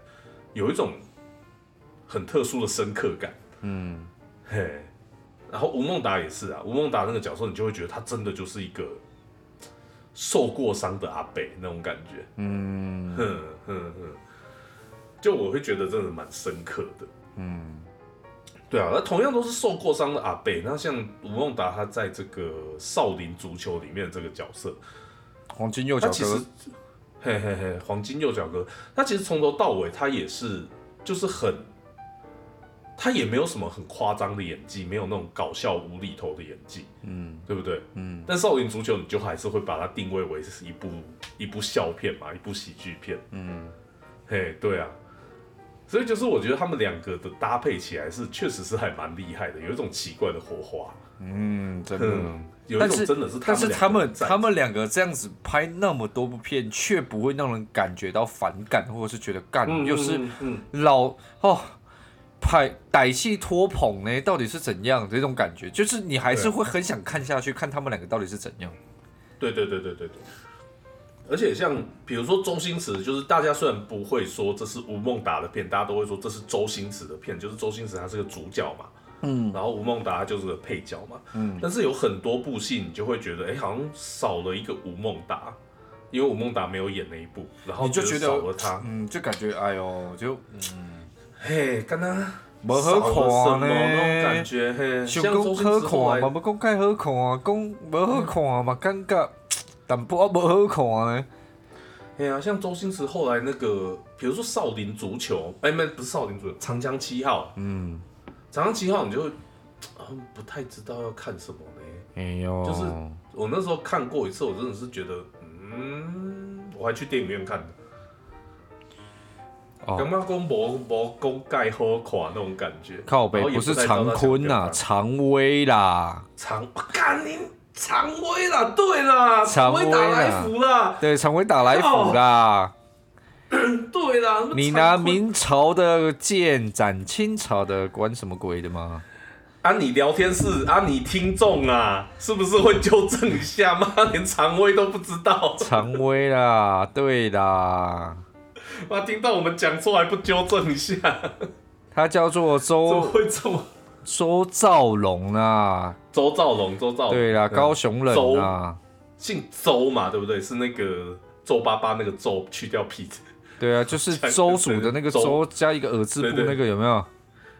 [SPEAKER 3] 有一种很特殊的深刻感，嗯，嘿。然后吴孟达也是啊，吴孟达那个角色，你就会觉得他真的就是一个受过伤的阿贝那种感觉。嗯，哼哼哼，就我会觉得真的蛮深刻的。嗯，对啊，那同样都是受过伤的阿贝，那像吴孟达他在这个少林足球里面的这个角色，
[SPEAKER 1] 黄金右
[SPEAKER 3] 他
[SPEAKER 1] 脚
[SPEAKER 3] 其实
[SPEAKER 1] 哥，，
[SPEAKER 3] 嘿嘿嘿，黄金右脚哥，他其实从头到尾他也是就是很，他也没有什么很夸张的演技，没有那种搞笑无厘头的演技，嗯，对不对？嗯，但少林足球你就还是会把它定位为是一部一部笑片嘛，一部喜剧片，嗯，嘿，对啊。所以就是我觉得他们两个的搭配起来是确实是还蛮厉害的，有一种奇怪的火花，
[SPEAKER 1] 嗯，真的。
[SPEAKER 3] 嗯，有一
[SPEAKER 1] 但
[SPEAKER 3] 种
[SPEAKER 1] 是
[SPEAKER 3] 真的是他
[SPEAKER 1] 但是
[SPEAKER 3] 们
[SPEAKER 1] 他
[SPEAKER 3] 两个
[SPEAKER 1] 们
[SPEAKER 3] 人在
[SPEAKER 1] 他们两个这样子拍那么多部片，却不会让人感觉到反感，或者是觉得干、
[SPEAKER 3] 嗯
[SPEAKER 1] 又是
[SPEAKER 3] 嗯嗯
[SPEAKER 1] 老哦，拍歹戏拖捧呢，到底是怎样这种感觉？就是你还是
[SPEAKER 3] 对啊
[SPEAKER 1] 会很想看下去，看他们两个到底是怎样。
[SPEAKER 3] 对对对对对对。而且像比如说周星驰，就是大家虽然不会说这是吴孟达的片，大家都会说这是周星驰的片，就是周星驰他是个主角嘛，嗯，然后吴孟达他就是个配角嘛，嗯，但是有很多部戏你就会觉得，哎，好像少了一个吴孟达，因为吴孟达没有演那一部，然后
[SPEAKER 1] 你就觉得
[SPEAKER 3] 少了他，
[SPEAKER 1] 嗯，就感觉哎呦，就
[SPEAKER 3] 嘿，跟他
[SPEAKER 1] 没喝口啊
[SPEAKER 3] 少了什么那
[SPEAKER 1] 呢
[SPEAKER 3] 种感觉，嘿，
[SPEAKER 1] 想
[SPEAKER 3] 像
[SPEAKER 1] 讲
[SPEAKER 3] 周星驰
[SPEAKER 1] 好看
[SPEAKER 3] 后
[SPEAKER 1] 啊，
[SPEAKER 3] 来
[SPEAKER 1] 嘛要讲该好看啊，讲无好看啊嘛，感觉淡薄啊无好看啊呢。
[SPEAKER 3] 哎呀、像周星驰后来那个，比如说《少林足球》，哎，没不是《少林足球》，《长江七号》。嗯，《长江七号》你就会啊不太知道要看什么呢。
[SPEAKER 1] 哎呦，
[SPEAKER 3] 就是我那时候看过一次，我真的是觉得，嗯，我还去电影院看的。
[SPEAKER 1] 哦
[SPEAKER 3] 感觉讲无无公盖好看那种感觉，
[SPEAKER 1] 靠北
[SPEAKER 3] 然后也
[SPEAKER 1] 不是
[SPEAKER 3] 太知道
[SPEAKER 1] 常
[SPEAKER 3] 他想
[SPEAKER 1] 坤啊
[SPEAKER 3] 表
[SPEAKER 1] 呐、
[SPEAKER 3] 达
[SPEAKER 1] 常威啦，
[SPEAKER 3] 常，干您常威啦，对啦，
[SPEAKER 1] 常威啦
[SPEAKER 3] 威打来福啦，
[SPEAKER 1] 对，常威打来福啦。
[SPEAKER 3] 对啦，什么
[SPEAKER 1] 你
[SPEAKER 3] 常
[SPEAKER 1] 拿
[SPEAKER 3] 坤啊
[SPEAKER 1] 明朝的剑斩清朝的，管什么鬼的吗？
[SPEAKER 3] 啊，你聊天室啊，你听众啊，是不是会纠正一下 吗？连常威都不知道，
[SPEAKER 1] 常威啦， 对啦，
[SPEAKER 3] 妈听到我们讲错还不纠正一下，
[SPEAKER 1] 他叫做
[SPEAKER 3] 怎么
[SPEAKER 1] 周
[SPEAKER 3] 会这么？
[SPEAKER 1] 周兆龙啦，
[SPEAKER 3] 周兆龙，周兆
[SPEAKER 1] 哦
[SPEAKER 3] 龙，
[SPEAKER 1] 对啦，
[SPEAKER 3] 嗯
[SPEAKER 1] 高雄人啊，
[SPEAKER 3] 姓周嘛，对不对？是那个周八八那个周，去掉屁字。
[SPEAKER 1] 对啊，就是
[SPEAKER 3] 讲
[SPEAKER 1] 周主的那个
[SPEAKER 3] 周
[SPEAKER 1] 周加一个耳字部
[SPEAKER 3] 对对
[SPEAKER 1] 那个有没有？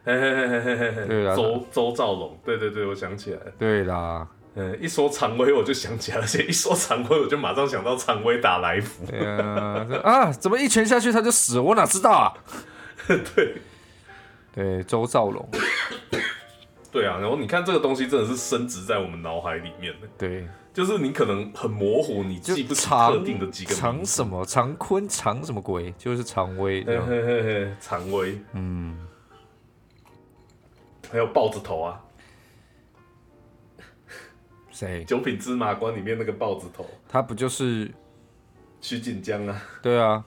[SPEAKER 3] 嘿嘿嘿嘿嘿嘿
[SPEAKER 1] 对啊
[SPEAKER 3] 周周兆龙，对对对，我想起来了。
[SPEAKER 1] 对啦，
[SPEAKER 3] 嗯，一说常威我就想起来了，而且一说常威我就马上想到常威打来福。
[SPEAKER 1] 对啊，这啊，怎么一拳下去他就死了？我哪知道啊？
[SPEAKER 3] 对
[SPEAKER 1] 对，周兆龙，
[SPEAKER 3] 对啊，然后你看这个东西真的是深植在我们脑海里面的。
[SPEAKER 1] 对，
[SPEAKER 3] 就是你可能很模糊，你
[SPEAKER 1] 就
[SPEAKER 3] 记不起
[SPEAKER 1] 常
[SPEAKER 3] 特定的几个
[SPEAKER 1] 常
[SPEAKER 3] 名字。
[SPEAKER 1] 什么常坤常什么鬼，就是常威这
[SPEAKER 3] 嘿
[SPEAKER 1] 样。
[SPEAKER 3] 嘿嘿嘿，常威，嗯，还有豹子头啊，
[SPEAKER 1] 谁？
[SPEAKER 3] 《九品芝麻官》里面那个豹子头，
[SPEAKER 1] 他不就是
[SPEAKER 3] 徐锦江啊，
[SPEAKER 1] 对啊？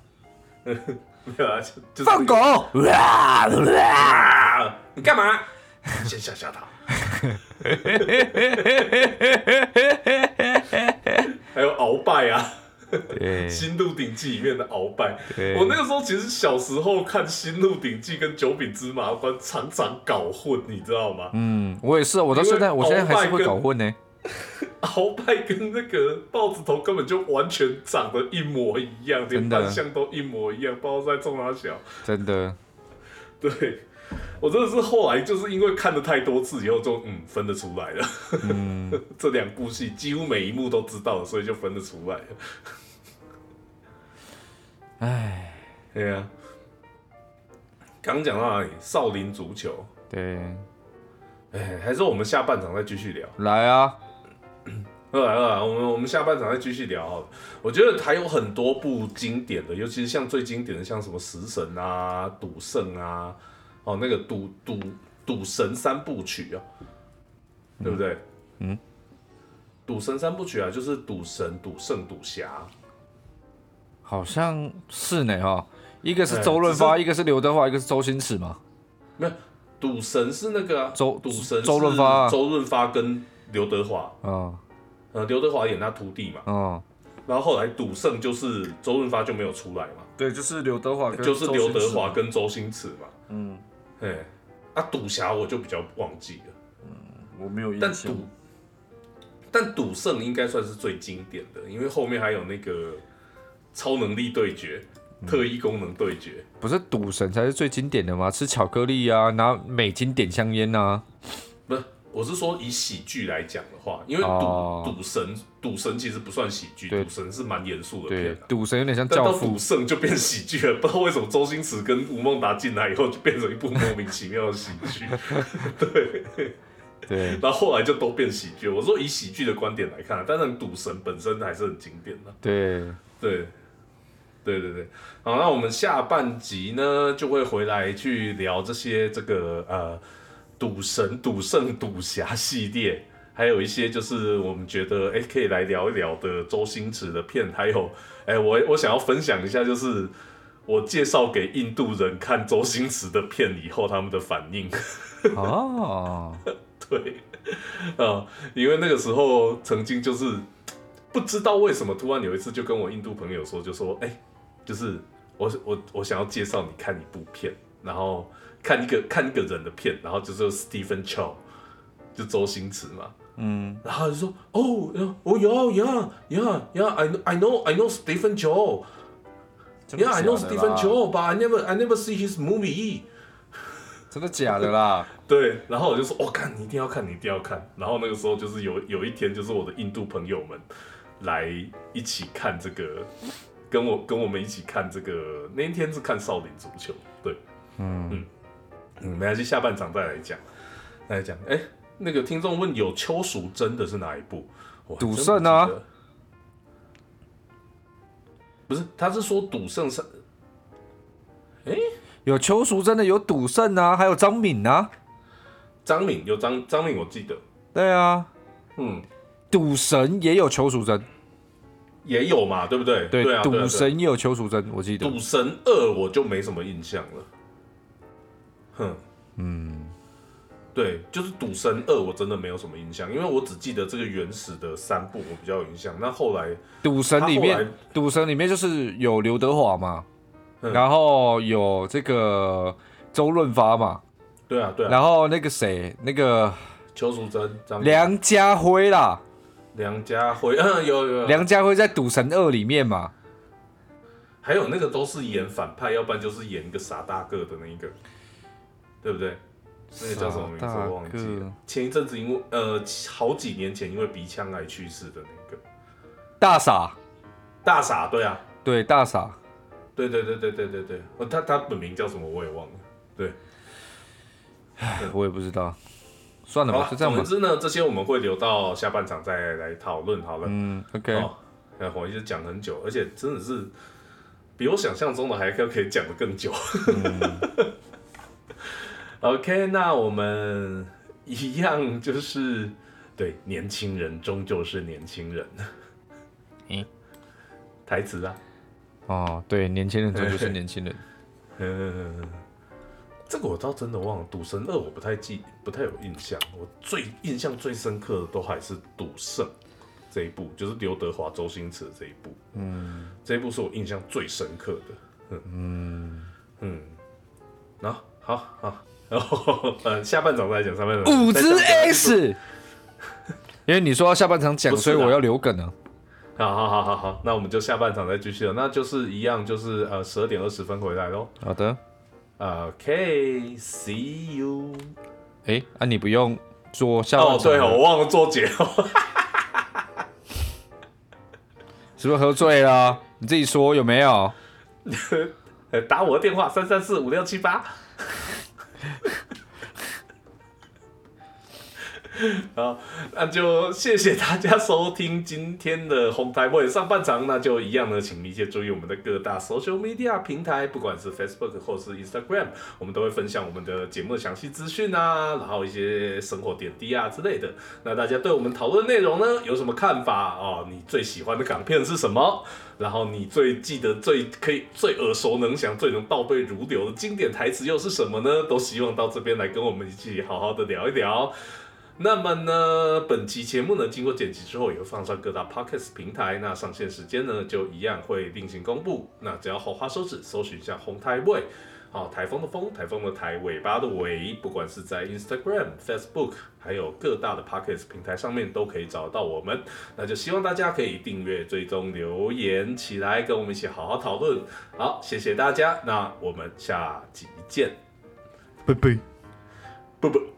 [SPEAKER 3] 没有啊，就就是
[SPEAKER 1] 放狗！哇哇！
[SPEAKER 3] 啊！你干嘛？ 先吓吓他。 还有鳌拜啊，
[SPEAKER 1] 对
[SPEAKER 3] 《新鹿鼎记》里面的鳌拜，
[SPEAKER 1] 对
[SPEAKER 3] 我那个时候其实小时候看《新鹿鼎记》跟《九品芝麻官》常常搞混，你知道吗？
[SPEAKER 1] 嗯，我也是，我到现在
[SPEAKER 3] 因为
[SPEAKER 1] 我现在还是
[SPEAKER 3] 鳌拜
[SPEAKER 1] 会
[SPEAKER 3] 跟
[SPEAKER 1] 搞混呢。
[SPEAKER 3] 鳌拜跟那个豹子头根本就完全长得一模一样，连
[SPEAKER 1] 真的
[SPEAKER 3] 扮相都一模一样，不知道在冲他小。
[SPEAKER 1] 真的，
[SPEAKER 3] 对，我真的是后来就是因为看了太多次以后就嗯分得出来了。 这两部戏几乎每一幕都知道了，所以就分得出来了。
[SPEAKER 1] 唉，
[SPEAKER 3] 对啊，刚讲到哪里？少林足球。
[SPEAKER 1] 对，
[SPEAKER 3] 哎，还是我们下半场再继续聊。
[SPEAKER 1] 来啊，
[SPEAKER 3] 二来二来，我们我们下半场再继续聊好了。我觉得还有很多部经典的，尤其是像最经典的，像什么《食神》啊、《赌圣》啊，哦，那个赌
[SPEAKER 1] 嗯
[SPEAKER 3] 赌赌神三部曲啊，对不对？嗯，赌神三部曲啊，就是赌神、赌圣、赌侠。
[SPEAKER 1] 好像是呢哈、哦，一个是周润发，
[SPEAKER 3] 哎只是
[SPEAKER 1] 一个是刘德华，一个是周星驰嘛。
[SPEAKER 3] 没有，赌神是那个、啊、
[SPEAKER 1] 周
[SPEAKER 3] 赌神是
[SPEAKER 1] 周润发啊
[SPEAKER 3] 周润发跟刘德华，
[SPEAKER 1] 嗯
[SPEAKER 3] 呃，刘德华演他徒弟嘛。
[SPEAKER 1] 嗯，
[SPEAKER 3] 然后后来赌圣就是周润发就没有出来嘛，
[SPEAKER 1] 对，就是刘德华
[SPEAKER 3] 就是刘德华跟周星驰嘛。
[SPEAKER 1] 嗯，
[SPEAKER 3] 哎，啊，赌侠我就比较忘记了，
[SPEAKER 1] 我没有印
[SPEAKER 3] 但赌但赌圣应该算是最经典的，因为后面还有那个超能力对决、
[SPEAKER 1] 嗯
[SPEAKER 3] 特异功能对决。
[SPEAKER 1] 不是赌神才是最经典的吗？吃巧克力啊，拿美金点香烟啊。
[SPEAKER 3] 不是，我是说以喜剧来讲的话，因为赌
[SPEAKER 1] 哦
[SPEAKER 3] 赌、神赌神其实不算喜剧，
[SPEAKER 1] 对
[SPEAKER 3] 赌神是蛮严肃的片、
[SPEAKER 1] 对
[SPEAKER 3] 啊，。
[SPEAKER 1] 赌神有点像
[SPEAKER 3] 但
[SPEAKER 1] 教
[SPEAKER 3] 到
[SPEAKER 1] 父
[SPEAKER 3] 赌，圣就变喜剧了，不知道为什么周星驰跟吴孟达进来以后就变成一部莫名其妙的喜剧，
[SPEAKER 1] 对
[SPEAKER 3] 然后后来就都变喜剧。我说以喜剧的观点来看，啊当然赌神本身还是很经典的、啊
[SPEAKER 1] 对，
[SPEAKER 3] 对，对对对，好，那我们下半集呢就会回来去聊这些这个呃赌神、赌圣、赌侠系列，还有一些就是我们觉得哎可以来聊一聊的周星驰的片，还有哎我我想要分享一下就是。我介绍给印度人看周星驰的片以后，他们的反应。
[SPEAKER 1] 哦，
[SPEAKER 3] 对，啊、因为那个时候曾经就是不知道为什么，突然有一次就跟我印度朋友说，就说，哎、就是我我我想要介绍你看一部片，然后看一个看一个人的片，然后就是 Stephen Chow，就周星驰嘛，
[SPEAKER 1] 嗯，
[SPEAKER 3] 然后他就说，哦，哦，有呀呀呀，I know- I know I know Stephen Chow。Yeah, I know Stephen Chow, but I never, I never see his movie.
[SPEAKER 1] 真的假的啦？
[SPEAKER 3] 对，然后我就说，我、哦、看你一定要看，你一定要看。然后那个时候就是有有一天，就是我的印度朋友们来一起看这个，跟我跟我们一起看这个。那一天是看少林足球，对，
[SPEAKER 1] 嗯
[SPEAKER 3] 嗯嗯，没关系，下半场再来讲，再来讲。哎，那个听众问有邱淑贞的是哪一部？我还真不
[SPEAKER 1] 赌圣啊
[SPEAKER 3] 记得？不是，他是说赌圣是
[SPEAKER 1] 有邱淑贞的，有赌圣啊，还有张敏啊，
[SPEAKER 3] 张敏，有张张敏，我记得，
[SPEAKER 1] 对啊，
[SPEAKER 3] 嗯，
[SPEAKER 1] 赌神也有邱淑贞，
[SPEAKER 3] 也有嘛，对不对？
[SPEAKER 1] 对
[SPEAKER 3] 对，啊，对啊
[SPEAKER 1] 赌。神也有邱淑贞，我记得。
[SPEAKER 3] 赌神二我就没什么印象了。哼，
[SPEAKER 1] 嗯，
[SPEAKER 3] 对，就是赌神二我真的没有什么印象，因为我只记得这个原始的三部我比较有印象。那后来，
[SPEAKER 1] 赌神里
[SPEAKER 3] 他后
[SPEAKER 1] 面
[SPEAKER 3] 来，
[SPEAKER 1] 赌神里面就是有刘德华嘛，
[SPEAKER 3] 嗯
[SPEAKER 1] 然后有这个周润发嘛，
[SPEAKER 3] 对啊对啊，
[SPEAKER 1] 然后那个谁，那个
[SPEAKER 3] 邱淑贞、张
[SPEAKER 1] 梁家辉啦，
[SPEAKER 3] 梁家辉， 嗯，有有有，
[SPEAKER 1] 梁家辉在《赌神二》里面嘛，
[SPEAKER 3] 还有那个都是演反派，要不然就是演一个傻大个的那一个，对不对？那个叫什么名字
[SPEAKER 1] 傻大
[SPEAKER 3] 我忘记
[SPEAKER 1] 个
[SPEAKER 3] 了。前一阵子因为呃好几年前因为鼻腔癌去世的那个
[SPEAKER 1] 大傻，
[SPEAKER 3] 大傻，对啊，
[SPEAKER 1] 对大傻，
[SPEAKER 3] 对对对对对对对，哦，他他本名叫什么我也忘了。对，
[SPEAKER 1] 我也不知道，算了
[SPEAKER 3] 好
[SPEAKER 1] 吧，
[SPEAKER 3] 了，
[SPEAKER 1] 就这样
[SPEAKER 3] 总
[SPEAKER 1] 吧。
[SPEAKER 3] 之呢，这些我们会留到下半场再来讨论好了。
[SPEAKER 1] 嗯，OK，、
[SPEAKER 3] 哦，哎我一直讲很久，而且真的是比我想象中的还要可以讲的更久。OK，那我们一样就是对年轻人终究是年轻人。
[SPEAKER 1] 诶
[SPEAKER 3] 台词啊，
[SPEAKER 1] 哦，对，年轻人终究是年轻人。
[SPEAKER 3] 嗯， 这个我倒真的忘了，《赌神二》我不太记，不太有印象。我最印象最深刻的都还是《赌圣》这一部，就是刘德华、周星驰的这一部。嗯，这一部是我印象最深刻的。嗯嗯，啊，好好，然后呃，下半场再讲，上半场
[SPEAKER 1] 五
[SPEAKER 3] 再
[SPEAKER 1] 只
[SPEAKER 3] 讲
[SPEAKER 1] S，因为你说要下半场讲，
[SPEAKER 3] 不是
[SPEAKER 1] 所
[SPEAKER 3] 啦
[SPEAKER 1] 以我要留梗啊。
[SPEAKER 3] 好好好好好，那我们就下半场再继续了。那就是一样，就是呃十二点二十分回来喽。
[SPEAKER 1] 好的，
[SPEAKER 3] OK，see、you。
[SPEAKER 1] 诶，啊，你不用做下半
[SPEAKER 3] 哦，
[SPEAKER 1] 场
[SPEAKER 3] 对哦，我忘了做结哦。
[SPEAKER 1] 是不是喝醉了、你自己说有没有？
[SPEAKER 3] 呃， 打我的电话三三四五六七八。好，那就谢谢大家收听今天的红台会上半场。那就一样呢，请密切注意我们的各大 social media 平台，不管是 Facebook 或是 Instagram，我们都会分享我们的节目的详细资讯啊，然后一些生活点滴啊之类的。那大家对我们讨论内容呢有什么看法哦？你最喜欢的港片是什么？然后你最记得、最可以、最耳熟能详、最能倒背如流的经典台词又是什么呢？都希望到这边来跟我们一起好好的聊一聊。那么呢，本期节目呢，经过剪辑之后，也会放上各大 podcast 平台。那上线时间呢，就一样会另行公布。那只要滑花手指搜寻一下“红台味”，好，台风的风，台风的台，尾巴的尾，不管是在 Instagram、Facebook，还有各大的 podcast 平台上面，都可以找到我们。那就希望大家可以订阅、追踪、留言起来，跟我们一起好好讨论。好，谢谢大家，那我们下集见，
[SPEAKER 1] 拜拜。
[SPEAKER 3] 不不。